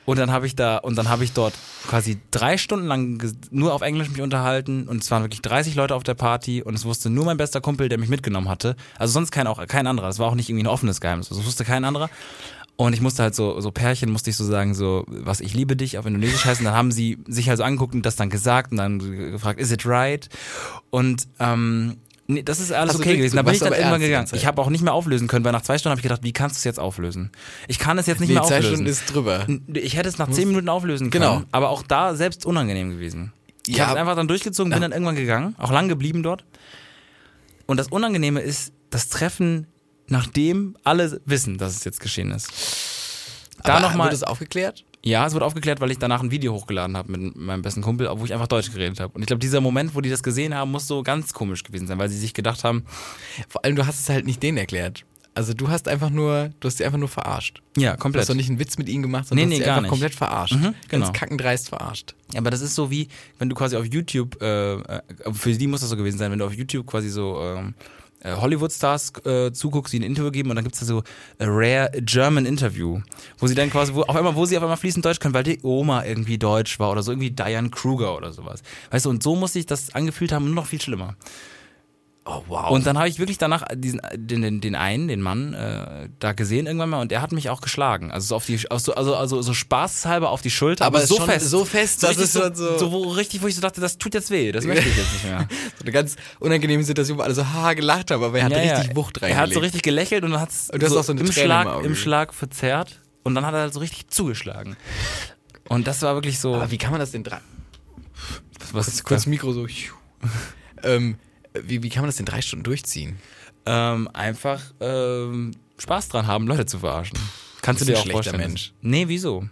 [SPEAKER 2] Und dann habe ich da, und dann habe ich dort quasi drei Stunden lang ges- nur auf Englisch mich unterhalten und es waren wirklich 30 Leute auf der Party und es wusste nur mein bester Kumpel, der mich mitgenommen hatte. Also sonst kein, auch, kein anderer. Das war auch nicht irgendwie ein offenes Geheimnis. Das wusste kein anderer. Und ich musste halt so, so Pärchen, musste ich so sagen, so, was ich liebe dich auf Indonesisch heißen. Dann haben sie sich halt so angeguckt und das dann gesagt und dann gefragt, is it right? Und, ähm, nee, das ist alles
[SPEAKER 3] Also
[SPEAKER 2] okay
[SPEAKER 3] du-
[SPEAKER 2] gewesen.
[SPEAKER 3] du
[SPEAKER 2] Da bin
[SPEAKER 3] warst
[SPEAKER 2] ich dann
[SPEAKER 3] aber
[SPEAKER 2] irgendwann
[SPEAKER 3] ernst die
[SPEAKER 2] gegangen.
[SPEAKER 3] ganze Zeit.
[SPEAKER 2] Ich habe auch nicht mehr auflösen können, weil nach zwei Stunden habe ich gedacht, wie kannst du es jetzt auflösen? Ich kann es jetzt nicht
[SPEAKER 3] Nee,
[SPEAKER 2] mehr
[SPEAKER 3] zwei
[SPEAKER 2] auflösen.
[SPEAKER 3] Stunden ist drüber.
[SPEAKER 2] Ich hätte es nach zehn Minuten auflösen können,
[SPEAKER 3] Genau.
[SPEAKER 2] aber auch da selbst unangenehm gewesen. Ich
[SPEAKER 3] Ja.
[SPEAKER 2] habe es einfach dann durchgezogen, bin dann irgendwann gegangen, auch lang geblieben dort. Und das Unangenehme ist das Treffen, nachdem alle wissen, dass es jetzt geschehen ist. Da
[SPEAKER 3] Aber
[SPEAKER 2] nochmal.
[SPEAKER 3] Wurde das aufgeklärt?
[SPEAKER 2] Ja, es wurde aufgeklärt, weil ich danach ein Video hochgeladen habe mit meinem besten Kumpel, wo ich einfach Deutsch geredet habe. Und ich glaube, dieser Moment, wo die das gesehen haben, muss so ganz komisch gewesen sein, weil sie sich gedacht haben,
[SPEAKER 3] Vor allem, du hast es halt nicht denen erklärt. Also du hast einfach nur, du hast sie einfach nur verarscht.
[SPEAKER 2] ja,
[SPEAKER 3] Du
[SPEAKER 2] komplett.
[SPEAKER 3] hast doch nicht einen Witz mit ihnen gemacht, sondern du
[SPEAKER 2] Nee,
[SPEAKER 3] hast
[SPEAKER 2] nee,
[SPEAKER 3] sie
[SPEAKER 2] gar
[SPEAKER 3] einfach
[SPEAKER 2] nicht.
[SPEAKER 3] komplett verarscht.
[SPEAKER 2] Mhm, genau.
[SPEAKER 3] Ganz kackendreist verarscht.
[SPEAKER 2] Ja, aber das ist so wie, wenn du quasi auf YouTube, äh, äh, für die muss das so gewesen sein, wenn du auf YouTube quasi so ähm, äh, Hollywood-Stars äh, zuguckst, die ein Interview geben und dann gibt's da so a Rare German Interview, wo sie dann quasi, wo, auf einmal, wo sie auf einmal fließend Deutsch können, weil die Oma irgendwie deutsch war oder so, irgendwie Diane Kruger oder sowas. Weißt du, und so muss sich das angefühlt haben, nur noch viel schlimmer.
[SPEAKER 3] Oh, wow.
[SPEAKER 2] Und dann habe ich wirklich danach diesen, den, den, den einen, den Mann, äh, da gesehen irgendwann mal und er hat mich auch geschlagen. Also so auf die, auf so, also, also so spaßhalber auf die Schulter, aber,
[SPEAKER 3] Aber
[SPEAKER 2] so
[SPEAKER 3] schon
[SPEAKER 2] fest.
[SPEAKER 3] so fest,
[SPEAKER 2] das
[SPEAKER 3] dass
[SPEAKER 2] ist
[SPEAKER 3] es
[SPEAKER 2] so,
[SPEAKER 3] dann
[SPEAKER 2] so,
[SPEAKER 3] so-
[SPEAKER 2] wo richtig, wo ich so dachte, das tut jetzt weh, das möchte ich jetzt nicht mehr.
[SPEAKER 3] So eine ganz unangenehme Situation, wo alle so haha gelacht haben, aber er hat
[SPEAKER 2] Ja, ja.
[SPEAKER 3] richtig Wucht reingelegt.
[SPEAKER 2] Er hat so richtig gelächelt und dann hat's
[SPEAKER 3] Und du hast
[SPEAKER 2] so
[SPEAKER 3] auch so eine
[SPEAKER 2] im,
[SPEAKER 3] Träne im
[SPEAKER 2] Schlag,
[SPEAKER 3] Auge.
[SPEAKER 2] im Schlag verzerrt und dann hat er halt so richtig zugeschlagen. Und das war wirklich so.
[SPEAKER 3] aber wie kann man das denn drei...
[SPEAKER 2] was
[SPEAKER 3] Kurz, kurz Mikro so... phew. ähm, wie, wie kann man das denn drei Stunden durchziehen?
[SPEAKER 2] ähm, einfach ähm, Spaß dran haben, Leute zu verarschen. Kannst du
[SPEAKER 3] Bist
[SPEAKER 2] dir
[SPEAKER 3] ein
[SPEAKER 2] auch
[SPEAKER 3] schlechter
[SPEAKER 2] vorstellen.
[SPEAKER 3] Mensch.
[SPEAKER 2] Nee, wieso?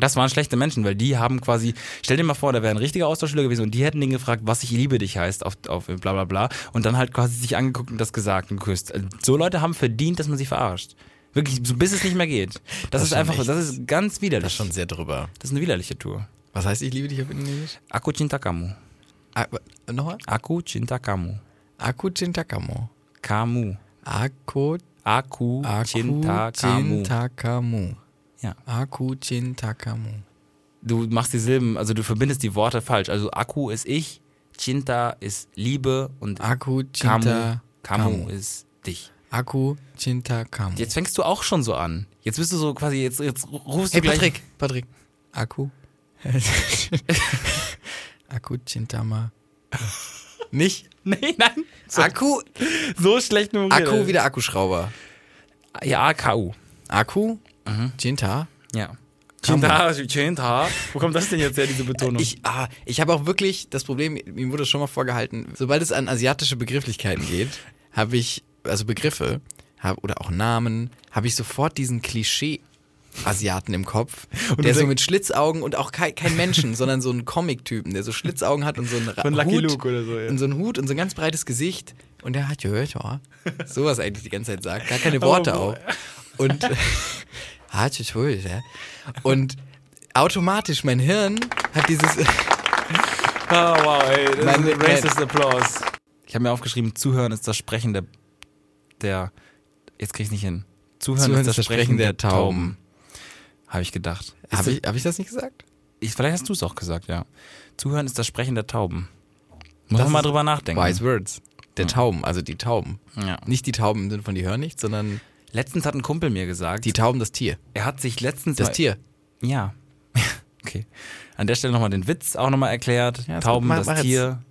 [SPEAKER 2] Das waren schlechte Menschen, weil die haben quasi, stell dir mal vor, da wäre ein richtiger Austauschschüler gewesen und die hätten den gefragt, was ich liebe dich heißt, auf, auf bla bla bla, und dann halt quasi sich angeguckt und das gesagt und geküsst. Also, So Leute haben verdient, dass man sie verarscht. Wirklich, so bis es nicht mehr geht. Das, ist
[SPEAKER 3] schon
[SPEAKER 2] einfach,
[SPEAKER 3] echt-
[SPEAKER 2] das ist ganz widerlich.
[SPEAKER 3] Das
[SPEAKER 2] Das
[SPEAKER 3] ist
[SPEAKER 2] ist,
[SPEAKER 3] schon sehr drüber.
[SPEAKER 2] eine widerliche Tour.
[SPEAKER 3] Was heißt ich liebe dich auf Indonesisch?
[SPEAKER 2] Aku cinta kamu.
[SPEAKER 3] Ah, wa- Nochmal?
[SPEAKER 2] Aku cinta kamu.
[SPEAKER 3] Aku cinta kamu.
[SPEAKER 2] Kamu.
[SPEAKER 3] Aku,
[SPEAKER 2] Aku,
[SPEAKER 3] aku
[SPEAKER 2] cinta kamu.
[SPEAKER 3] cinta kamu.
[SPEAKER 2] Ja.
[SPEAKER 3] Aku cinta kamu.
[SPEAKER 2] du machst die Silben, also du verbindest die Worte falsch. Also Akku ist ich, Chinta ist Liebe und
[SPEAKER 3] Aku
[SPEAKER 2] Kamu,
[SPEAKER 3] cinta
[SPEAKER 2] Kamu ist dich.
[SPEAKER 3] Aku cinta kamu.
[SPEAKER 2] Jetzt fängst du auch schon so an. Jetzt bist du so quasi, jetzt, jetzt rufst
[SPEAKER 3] Hey
[SPEAKER 2] du gleich.
[SPEAKER 3] Patrick, Patrick. Akku. Akku Chintama. Nicht?
[SPEAKER 2] Nee, nein. So,
[SPEAKER 3] Akku.
[SPEAKER 2] so schlecht nur
[SPEAKER 3] Akku wieder Akkuschrauber.
[SPEAKER 2] Ja, AKU.
[SPEAKER 3] Akku.
[SPEAKER 2] Mhm.
[SPEAKER 3] Chinta.
[SPEAKER 2] Ja.
[SPEAKER 3] Kamu.
[SPEAKER 2] Chinta. Wo kommt das denn jetzt her, diese Betonung?
[SPEAKER 3] Ich, ah, ich habe auch wirklich das Problem, mir wurde schon mal vorgehalten, sobald es an asiatische Begrifflichkeiten geht, habe ich, also Begriffe hab, oder auch Namen, habe ich sofort diesen Klischee. Asiaten im Kopf, der so
[SPEAKER 2] denkst-
[SPEAKER 3] mit Schlitzaugen und auch kein, kein Menschen, sondern so einen Comic-Typen, der so Schlitzaugen hat und so einen Ra-
[SPEAKER 2] Von Lucky
[SPEAKER 3] Hut
[SPEAKER 2] Luke oder so, ja.
[SPEAKER 3] und so einen Hut und so ein ganz breites Gesicht und der hat gehört, ja, sowas eigentlich die ganze Zeit sagt, gar keine Worte
[SPEAKER 2] boah.
[SPEAKER 3] auch und hat ja. und automatisch mein Hirn hat dieses
[SPEAKER 2] Oh, wow, ey. Das
[SPEAKER 3] Mein-
[SPEAKER 2] ist ein racist Applaus. Ich habe mir aufgeschrieben, Zuhören ist das Sprechen der. der jetzt krieg ich nicht hin. Zuhören, ist das, Sprechen der, Tauben. Habe ich gedacht. Ist
[SPEAKER 3] Habe ich, hab ich das nicht gesagt?
[SPEAKER 2] Ich, vielleicht hast du es auch gesagt, ja. Zuhören ist das Sprechen der Tauben. Muss
[SPEAKER 3] Das
[SPEAKER 2] man mal
[SPEAKER 3] ist
[SPEAKER 2] drüber nachdenken.
[SPEAKER 3] Wise Words. Der Tauben, also die Tauben.
[SPEAKER 2] Ja.
[SPEAKER 3] Nicht die Tauben im Sinne von die hören nichts, sondern
[SPEAKER 2] Letztens hat ein Kumpel mir gesagt,
[SPEAKER 3] die Tauben, das Tier.
[SPEAKER 2] er hat sich letztens.
[SPEAKER 3] Das
[SPEAKER 2] mal,
[SPEAKER 3] Tier.
[SPEAKER 2] Ja. Okay. An der Stelle nochmal den Witz auch nochmal erklärt.
[SPEAKER 3] Ja, ist
[SPEAKER 2] Tauben,
[SPEAKER 3] gut. Mach-
[SPEAKER 2] das
[SPEAKER 3] mach jetzt.
[SPEAKER 2] Tier.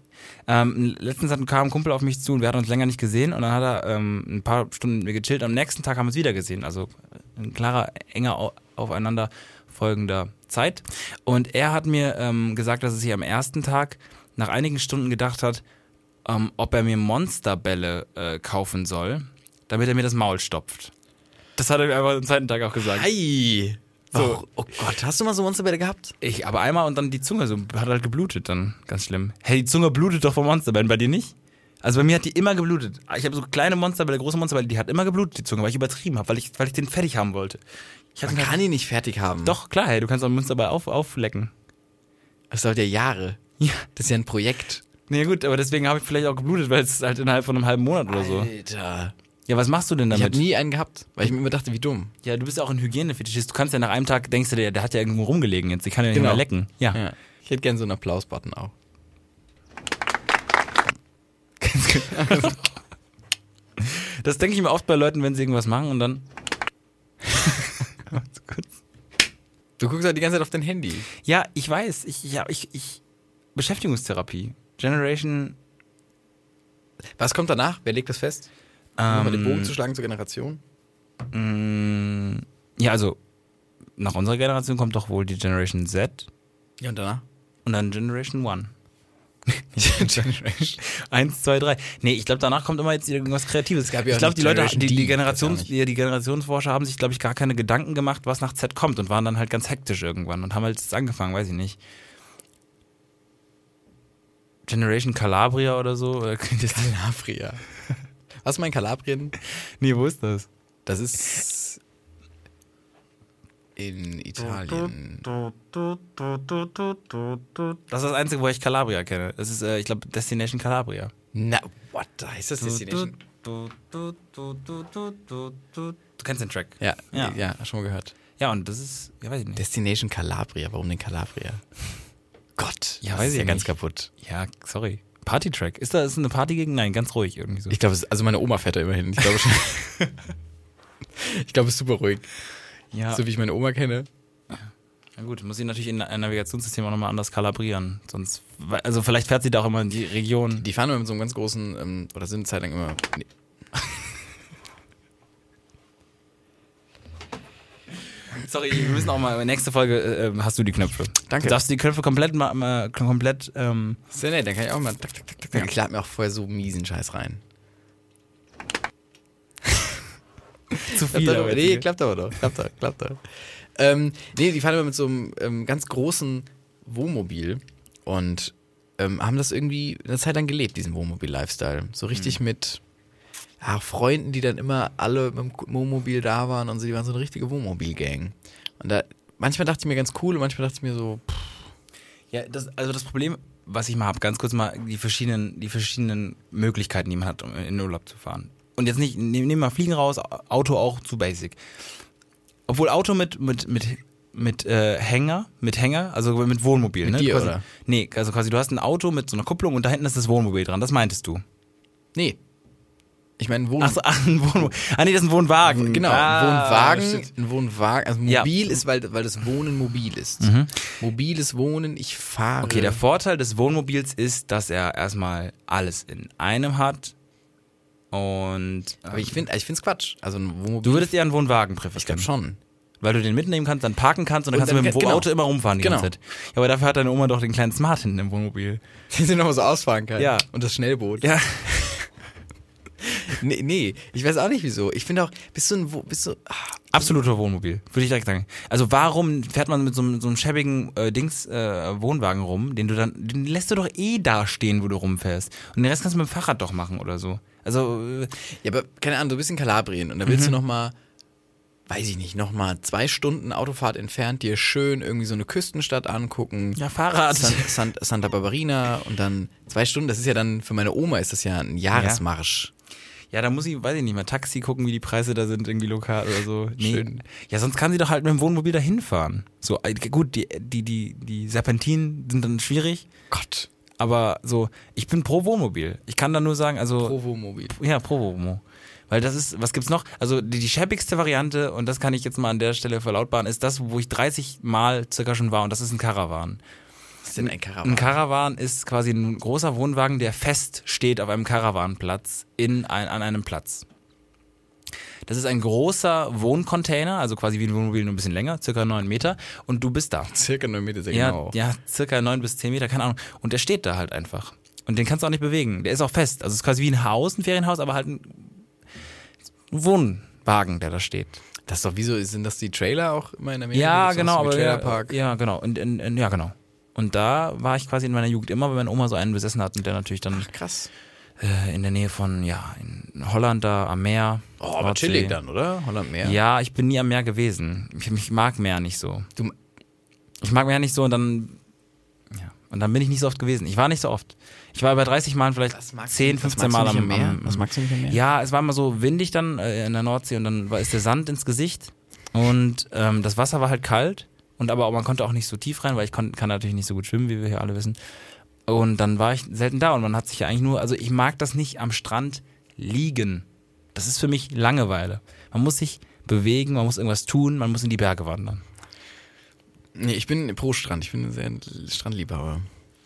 [SPEAKER 2] Ähm, letztens hat, kam ein Kumpel auf mich zu und wir hatten uns länger nicht gesehen und dann hat er ähm, ein paar Stunden mit mir gechillt. Am nächsten Tag haben wir uns wieder gesehen. Also ein klarer, enger au- aufeinander folgender Zeit. Und er hat mir ähm, gesagt, dass er sich am ersten Tag nach einigen Stunden gedacht hat, ähm, ob er mir Monsterbälle äh, kaufen soll, damit er mir das Maul stopft. Das hat er mir einfach am zweiten Tag auch gesagt.
[SPEAKER 3] Ei.
[SPEAKER 2] So.
[SPEAKER 3] So. Oh Gott, hast du mal so Monsterbälle gehabt?
[SPEAKER 2] Ich, aber einmal und dann die Zunge so, hat halt geblutet dann. Ganz schlimm. Hey, die Zunge blutet doch vom Monsterbällen, bei dir nicht? Also bei mir hat die immer geblutet. Ich habe so kleine Monsterbälle, große Monsterbälle, die hat immer geblutet, die Zunge, weil ich übertrieben habe, weil ich, weil ich den fertig haben wollte. Ich hatte
[SPEAKER 3] Man
[SPEAKER 2] halt,
[SPEAKER 3] kann ihn nicht fertig haben.
[SPEAKER 2] doch, klar, hey, du kannst auch einen Monsterball auf, auflecken.
[SPEAKER 3] Das dauert ja Jahre.
[SPEAKER 2] Ja.
[SPEAKER 3] Das ist ja ein Projekt.
[SPEAKER 2] Nee, gut, aber deswegen habe ich vielleicht auch geblutet, weil es halt innerhalb von einem halben Monat oder so.
[SPEAKER 3] Alter.
[SPEAKER 2] Ja, was machst du denn
[SPEAKER 3] Ich habe
[SPEAKER 2] damit?
[SPEAKER 3] nie einen gehabt, weil ich mir immer dachte, wie dumm.
[SPEAKER 2] ja, du bist ja auch ein Hygienefetischist. Du kannst ja nach einem Tag, denkst du dir, der hat ja irgendwo rumgelegen jetzt, ich kann ja nicht
[SPEAKER 3] Genau.
[SPEAKER 2] mehr lecken. Ja.
[SPEAKER 3] Ja. Ich hätte gern so einen Applaus-Button auch.
[SPEAKER 2] Das denke ich mir oft bei Leuten, wenn sie irgendwas machen und dann...
[SPEAKER 3] Du guckst halt die ganze Zeit auf dein Handy.
[SPEAKER 2] Ja, ich weiß. Ich, ja, ich, ich, Beschäftigungstherapie. Generation.
[SPEAKER 3] Was kommt danach? Wer legt das fest?
[SPEAKER 2] Ähm.
[SPEAKER 3] Um mal den Bogen zu schlagen zur Generation?
[SPEAKER 2] Ja, also nach unserer Generation kommt doch wohl die Generation Z
[SPEAKER 3] Ja, und danach?
[SPEAKER 2] und dann Generation One.
[SPEAKER 3] Generation.
[SPEAKER 2] Eins, zwei, drei. Nee, ich glaube, danach kommt immer jetzt irgendwas Kreatives.
[SPEAKER 3] gab ja
[SPEAKER 2] ich
[SPEAKER 3] auch
[SPEAKER 2] glaube,
[SPEAKER 3] die
[SPEAKER 2] die Leute,
[SPEAKER 3] Generation
[SPEAKER 2] die,
[SPEAKER 3] D,
[SPEAKER 2] die,
[SPEAKER 3] gab's
[SPEAKER 2] Generations,
[SPEAKER 3] ja
[SPEAKER 2] die, die Generationsforscher haben sich, glaube ich, gar keine Gedanken gemacht, was nach Z kommt und waren dann halt ganz hektisch irgendwann und haben halt jetzt angefangen, weiß ich nicht. Generation Calabria oder so? Oder
[SPEAKER 3] Calabria. Was mein Kalabrien?
[SPEAKER 2] nee, wo ist das?
[SPEAKER 3] Das ist in Italien.
[SPEAKER 2] Das ist das Einzige, wo ich Calabria kenne. Das ist, äh, ich glaube, Destination Calabria.
[SPEAKER 3] Na, what? Heißt das Destination?
[SPEAKER 2] Du, du, du, du, du, du, du. du kennst den Track.
[SPEAKER 3] Ja,
[SPEAKER 2] Ja.
[SPEAKER 3] ja, ja, schon mal gehört.
[SPEAKER 2] Ja, und das ist, ja, weiß ich nicht.
[SPEAKER 3] Destination Calabria. Warum denn Calabria? Gott,
[SPEAKER 2] Ja,
[SPEAKER 3] das
[SPEAKER 2] weiß
[SPEAKER 3] ist
[SPEAKER 2] ich
[SPEAKER 3] ja ganz
[SPEAKER 2] nicht.
[SPEAKER 3] kaputt.
[SPEAKER 2] Ja, sorry. Party-Track. Ist da ist eine Party gegen? Nein, ganz ruhig irgendwie so.
[SPEAKER 3] Ich glaube, es- also meine Oma fährt da immerhin. Ich glaube schon. ich glaube, es ist super ruhig.
[SPEAKER 2] ja,
[SPEAKER 3] So wie ich meine Oma kenne.
[SPEAKER 2] na gut. Muss sie natürlich in ein Navigationssystem auch nochmal anders kalibrieren. Sonst, also vielleicht fährt sie da auch immer in die Region.
[SPEAKER 3] Die fahren immer mit so einem ganz großen, ähm, oder sind eine Zeit lang immer. Nee.
[SPEAKER 2] Sorry, wir müssen auch mal, nächste Folge äh, äh, hast du die Knöpfe.
[SPEAKER 3] Danke.
[SPEAKER 2] Darfst du die Knöpfe komplett, ma- ma- komplett, ähm,
[SPEAKER 3] Sehr nett, dann kann ich auch mal. Tak, tak, tak, tak, tak.
[SPEAKER 2] Ja.
[SPEAKER 3] Ich lade mir auch vorher so miesen Scheiß rein.
[SPEAKER 2] zu
[SPEAKER 3] Klappt
[SPEAKER 2] viel.
[SPEAKER 3] doch,
[SPEAKER 2] aber-
[SPEAKER 3] nee, klappt aber doch. Klappt doch, klappt doch. Ähm, nee, die fahren immer mit so einem ähm, ganz großen Wohnmobil und ähm, haben das irgendwie eine Zeit lang gelebt, diesen Wohnmobil-Lifestyle. So richtig
[SPEAKER 2] Hm.
[SPEAKER 3] mit ja, Freunden, die dann immer alle mit dem Wohnmobil da waren und so, die waren so eine richtige Wohnmobil-Gang. Und da, manchmal dachte ich mir ganz cool und manchmal dachte ich mir so, pff,
[SPEAKER 2] Ja, das, also das Problem, was ich mal habe, ganz kurz mal die verschiedenen, die verschiedenen Möglichkeiten, die man hat, um in den Urlaub zu fahren. Und jetzt nicht, nehmen nehm mal Fliegen raus, Auto auch zu basic. Obwohl Auto mit, mit, mit, mit äh, Hänger, mit Hänger, also mit Wohnmobil, ne?
[SPEAKER 3] dir,
[SPEAKER 2] quasi,
[SPEAKER 3] oder?
[SPEAKER 2] Nee, also quasi du hast ein Auto mit so einer Kupplung und da hinten ist das Wohnmobil dran, das meintest
[SPEAKER 3] Hm.
[SPEAKER 2] du.
[SPEAKER 3] nee. Ich meine, Wohn
[SPEAKER 2] Ach so, ach, ein Wohnmobil. Ah nee, das ist ein Wohnwagen.
[SPEAKER 3] Genau,
[SPEAKER 2] ah,
[SPEAKER 3] ein Wohnwagen,
[SPEAKER 2] shit.
[SPEAKER 3] ein Wohnwagen, also
[SPEAKER 2] Ja. Mhm.
[SPEAKER 3] mobil ist, weil, weil das Wohnen mobil ist. Mobiles Wohnen, ich fahre.
[SPEAKER 2] Okay, der Vorteil des Wohnmobils ist, dass er erstmal alles in einem hat und
[SPEAKER 3] Aber ich finde es Quatsch. Also ein Wohnmobil.
[SPEAKER 2] Du würdest eher einen Wohnwagen präferieren.
[SPEAKER 3] ich glaube schon.
[SPEAKER 2] Weil du den mitnehmen kannst, dann parken kannst und dann
[SPEAKER 3] Und
[SPEAKER 2] kannst du
[SPEAKER 3] dann
[SPEAKER 2] mit dem
[SPEAKER 3] ge- genau.
[SPEAKER 2] Auto immer rumfahren die
[SPEAKER 3] Genau.
[SPEAKER 2] ganze Zeit. Ja, aber dafür hat deine Oma doch den kleinen Smart hinten im Wohnmobil.
[SPEAKER 3] Den sie nochmal so ausfahren kann.
[SPEAKER 2] Ja.
[SPEAKER 3] Und das Schnellboot.
[SPEAKER 2] Ja.
[SPEAKER 3] Nee, nee, ich weiß auch nicht wieso. Ich finde auch, bist du ein, Wo- bist du, ah,
[SPEAKER 2] Absoluter Wohnmobil, würde ich direkt sagen. Also warum fährt man mit so einem, so einem schäbigen äh, Dings äh, Wohnwagen rum, den du dann, den lässt du doch eh da stehen, wo du rumfährst. Und den Rest kannst du mit dem Fahrrad doch machen oder so. Also äh, Mhm.
[SPEAKER 3] ja, aber keine Ahnung, du bist in Kalabrien und da willst du nochmal weiß ich nicht, nochmal zwei Stunden Autofahrt entfernt dir schön irgendwie so eine Küstenstadt angucken.
[SPEAKER 2] Ja, Fahrrad.
[SPEAKER 3] San, San, Santa Barbarina und dann zwei Stunden, das ist ja dann, für meine Oma ist das ja ein Jahresmarsch.
[SPEAKER 2] Ja, da muss ich, weiß ich nicht, mal Taxi gucken, wie die Preise da sind, irgendwie lokal oder so.
[SPEAKER 3] Schön.
[SPEAKER 2] Ja, sonst kann sie doch halt mit dem Wohnmobil da hinfahren. So, äh, gut, die, die, die, die Serpentinen sind dann schwierig,
[SPEAKER 3] Gott.
[SPEAKER 2] aber so, ich bin pro Wohnmobil. Ich kann da nur sagen, also.
[SPEAKER 3] Provomobil.
[SPEAKER 2] Ja, pro Wohnmobil. Weil das ist, was gibt's noch? Also die, die schäbigste Variante, und das kann ich jetzt mal an der Stelle verlautbaren, ist das, wo ich 30 Mal circa schon war, und das ist ein Karawan.
[SPEAKER 3] Was ist denn ein Karawan?
[SPEAKER 2] Ein Karawan ist quasi ein großer Wohnwagen, der fest steht auf einem Karawanplatz in ein, an einem Platz. Das ist ein großer Wohncontainer, also quasi wie ein Wohnmobil, nur ein bisschen länger, circa 9 Meter, und du bist da.
[SPEAKER 3] Circa 9 Meter, sehr
[SPEAKER 2] Ja,
[SPEAKER 3] genau.
[SPEAKER 2] ja, circa 9 bis 10 Meter, keine Ahnung. Und der steht da halt einfach. Und den kannst du auch nicht bewegen. Der ist auch fest. Also es ist quasi wie ein Haus, ein Ferienhaus, aber halt ein Wohnwagen, der da steht.
[SPEAKER 3] Das ist doch, wieso sind das die Trailer auch immer in Amerika?
[SPEAKER 2] Ja,
[SPEAKER 3] Gibt's
[SPEAKER 2] genau,
[SPEAKER 3] sowas wie
[SPEAKER 2] aber
[SPEAKER 3] Trailerpark.
[SPEAKER 2] Ja, ja, genau. Und, in, in, ja, genau. Und da war ich quasi in meiner Jugend immer, weil meine Oma so einen besessen hat und der natürlich dann
[SPEAKER 3] Krass.
[SPEAKER 2] äh, in der Nähe von, ja, in Holland da am Meer.
[SPEAKER 3] Oh, aber
[SPEAKER 2] Nordsee.
[SPEAKER 3] chillig dann, oder? Holland Meer.
[SPEAKER 2] Ja, ich bin nie am Meer gewesen. Ich, ich mag Meer nicht so.
[SPEAKER 3] Du,
[SPEAKER 2] Ich mag Meer nicht so und dann, ja, und dann bin ich nicht so oft gewesen. Ich war nicht so oft. Ich war bei 30 Mal vielleicht
[SPEAKER 3] Was magst du
[SPEAKER 2] 10,
[SPEAKER 3] nicht- was
[SPEAKER 2] 15
[SPEAKER 3] magst du nicht
[SPEAKER 2] Mal am
[SPEAKER 3] am Meer?
[SPEAKER 2] Am, am,
[SPEAKER 3] Was magst du nicht am Meer?
[SPEAKER 2] Ja, es war immer so windig dann äh, in der Nordsee und dann war, ist der Sand ins Gesicht und ähm, das Wasser war halt kalt und aber auch, man konnte auch nicht so tief rein, weil ich kon, kann natürlich nicht so gut schwimmen, wie wir hier alle wissen. Und dann war ich selten da und man hat sich ja eigentlich nur, also ich mag das nicht am Strand liegen. Das ist für mich Langeweile. Man muss sich bewegen, man muss irgendwas tun, man muss in die Berge wandern.
[SPEAKER 3] nee, ich bin pro Strand. Ich bin sehr ein Strandliebhaber.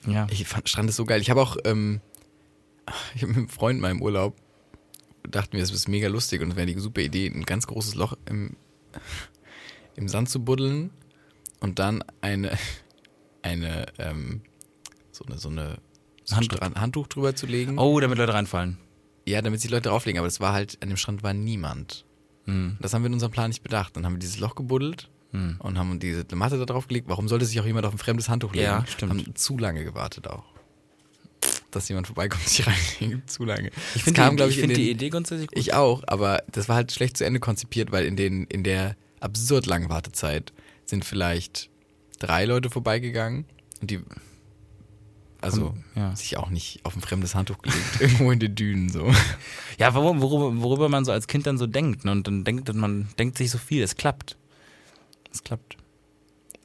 [SPEAKER 2] Ja.
[SPEAKER 3] Ich fand Strand ist so geil. Ich habe auch, ähm, ich habe mit einem Freund mal im Urlaub, dachten wir, es ist mega lustig und es wäre die super Idee, ein ganz großes Loch im, im Sand zu buddeln und dann eine, eine, ähm, so eine, so eine so ein
[SPEAKER 2] Handtuch.
[SPEAKER 3] Strand- Handtuch drüber zu legen.
[SPEAKER 2] Oh, damit Leute reinfallen.
[SPEAKER 3] Ja, damit die Leute drauflegen, aber das war halt, an dem Strand war niemand.
[SPEAKER 2] Hm.
[SPEAKER 3] Das haben wir in unserem Plan nicht bedacht. Dann haben wir dieses Loch gebuddelt und haben diese Matte da drauf gelegt. Warum sollte sich auch jemand auf ein fremdes Handtuch legen?
[SPEAKER 2] Ja, stimmt.
[SPEAKER 3] Haben zu lange gewartet auch. Dass jemand vorbeikommt, sich reinlegt, zu lange.
[SPEAKER 2] Ich
[SPEAKER 3] Es
[SPEAKER 2] finde
[SPEAKER 3] kam,
[SPEAKER 2] die,
[SPEAKER 3] glaub
[SPEAKER 2] ich
[SPEAKER 3] in
[SPEAKER 2] find die
[SPEAKER 3] den-
[SPEAKER 2] Idee grundsätzlich gut.
[SPEAKER 3] Ich auch, aber das war halt schlecht zu Ende konzipiert, weil in, den, in der absurd langen Wartezeit sind vielleicht drei Leute vorbeigegangen und die also
[SPEAKER 2] Komm, ja.
[SPEAKER 3] sich auch nicht auf ein fremdes Handtuch gelegt, irgendwo in den Dünen so.
[SPEAKER 2] Ja, wor- worüber, worüber man so als Kind dann so denkt. Ne? Und dann denkt und man denkt sich so viel, es klappt. Es klappt.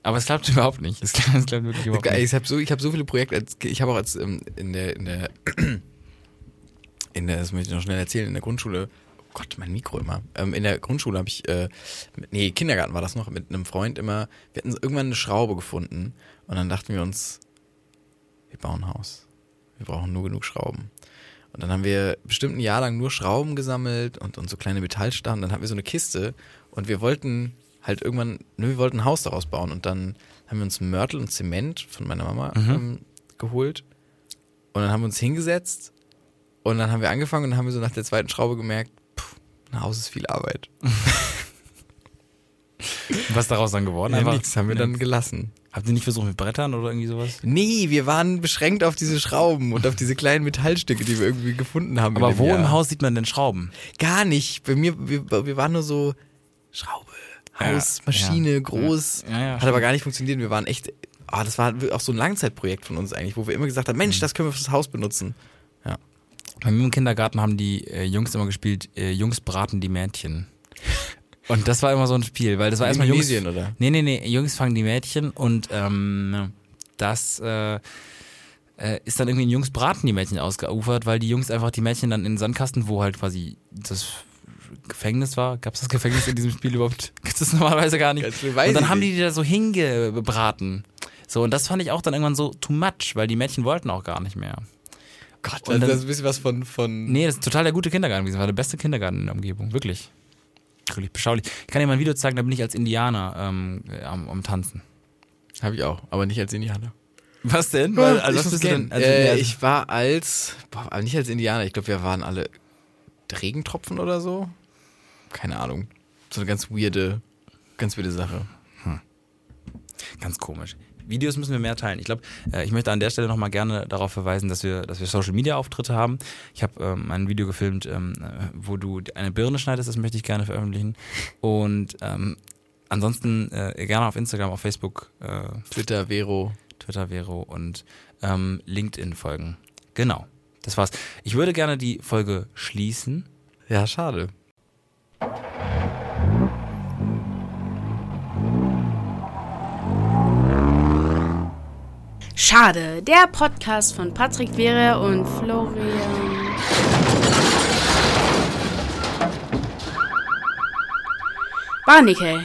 [SPEAKER 2] Aber es klappt überhaupt nicht. Es klappt, es klappt wirklich überhaupt
[SPEAKER 3] Geil,
[SPEAKER 2] nicht.
[SPEAKER 3] Ich habe so, ich hab so viele Projekte. Als, ich habe auch als ähm, in der in der in der, das möchte ich noch schnell erzählen. In der Grundschule, oh Gott, mein Mikro immer. Ähm, in der Grundschule habe ich, äh, mit- nee, Kindergarten war das noch mit einem Freund immer. Wir hatten so irgendwann eine Schraube gefunden und dann dachten wir uns, wir bauen ein Haus. Wir brauchen nur genug Schrauben. Und dann haben wir bestimmt ein Jahr lang nur Schrauben gesammelt und, und so kleine Metallstangen. Dann hatten wir so eine Kiste und wir wollten halt irgendwann, ne, wir wollten ein Haus daraus bauen. Und dann haben wir uns Mörtel und Zement von meiner Mama ähm, geholt. Und dann haben wir uns hingesetzt und dann haben wir angefangen und dann haben wir so nach der zweiten Schraube gemerkt, pff, ein Haus ist viel Arbeit.
[SPEAKER 2] Was daraus dann geworden?
[SPEAKER 3] Ja,
[SPEAKER 2] Einfach-
[SPEAKER 3] nichts haben wir dann
[SPEAKER 2] nix.
[SPEAKER 3] gelassen.
[SPEAKER 2] Habt ihr nicht versucht mit Brettern oder irgendwie sowas?
[SPEAKER 3] Nee, wir waren beschränkt auf diese Schrauben und auf diese kleinen Metallstücke, die wir irgendwie gefunden haben. in
[SPEAKER 2] Aber
[SPEAKER 3] dem
[SPEAKER 2] wo
[SPEAKER 3] Jahr.
[SPEAKER 2] im Haus sieht man denn Schrauben?
[SPEAKER 3] Gar nicht. Bei mir, wir, wir waren nur so Schraube,
[SPEAKER 2] Ja,
[SPEAKER 3] Haus, Maschine,
[SPEAKER 2] ja,
[SPEAKER 3] groß.
[SPEAKER 2] ja. Ja, ja,
[SPEAKER 3] Hat aber gar nicht funktioniert. Wir waren echt, ah, das war auch so ein Langzeitprojekt von uns eigentlich, wo wir immer gesagt haben,
[SPEAKER 2] Mhm.
[SPEAKER 3] Mensch, das können wir fürs Haus benutzen.
[SPEAKER 2] Bei mir im Kindergarten haben die äh, Jungs immer gespielt, äh, Jungs braten die Mädchen. Und das war immer so ein Spiel, weil das war Also erstmal Jungs.
[SPEAKER 3] Indonesien, oder?
[SPEAKER 2] Nee, nee, nee, Jungs fangen die Mädchen und ähm, das äh, äh, ist dann irgendwie in Jungs braten die Mädchen ausgeufert, weil die Jungs einfach die Mädchen dann in den Sandkasten, wo halt quasi das Gefängnis war. Gab es das Gefängnis in diesem Spiel überhaupt? Gibt es normalerweise gar nicht.
[SPEAKER 3] Ganz viel
[SPEAKER 2] Und
[SPEAKER 3] weiß
[SPEAKER 2] dann
[SPEAKER 3] ich
[SPEAKER 2] haben die die da so hingebraten. So, und das fand ich auch dann irgendwann so too much, weil die Mädchen wollten auch gar nicht mehr.
[SPEAKER 3] Gott,
[SPEAKER 2] Und
[SPEAKER 3] also das
[SPEAKER 2] dann-
[SPEAKER 3] ist ein bisschen was von, von
[SPEAKER 2] Nee, das ist total der gute Kindergarten gewesen. War der beste Kindergarten in der Umgebung. Wirklich. Wirklich beschaulich. Ich kann dir mal ein Video zeigen, da bin ich als Indianer ähm, äh, am, am Tanzen.
[SPEAKER 3] Habe ich auch, aber nicht als Indianer.
[SPEAKER 2] also Was denn?
[SPEAKER 3] Ich muss gehen. äh, ich war als, boah, aber nicht als Indianer, ich glaube, wir waren alle Regentropfen oder so. Keine Ahnung. So eine ganz weirde, ganz weirde Sache.
[SPEAKER 2] also, ganz komisch. Videos müssen wir mehr teilen. Ich glaube, äh, ich möchte an der Stelle nochmal gerne darauf verweisen, dass wir, dass wir Social Media Auftritte haben. Ich habe ähm, ein Video gefilmt, ähm, äh, wo du eine Birne schneidest, das möchte ich gerne veröffentlichen. Und ähm, ansonsten äh, gerne auf Instagram, auf Facebook, äh,
[SPEAKER 3] Twitter, Vero.
[SPEAKER 2] Twitter, Vero und ähm, LinkedIn folgen. Genau, das war's. Ich würde gerne die Folge schließen.
[SPEAKER 3] Ja, schade.
[SPEAKER 1] Schade, der Podcast von Patrick Wäre und Florian. Barnickel.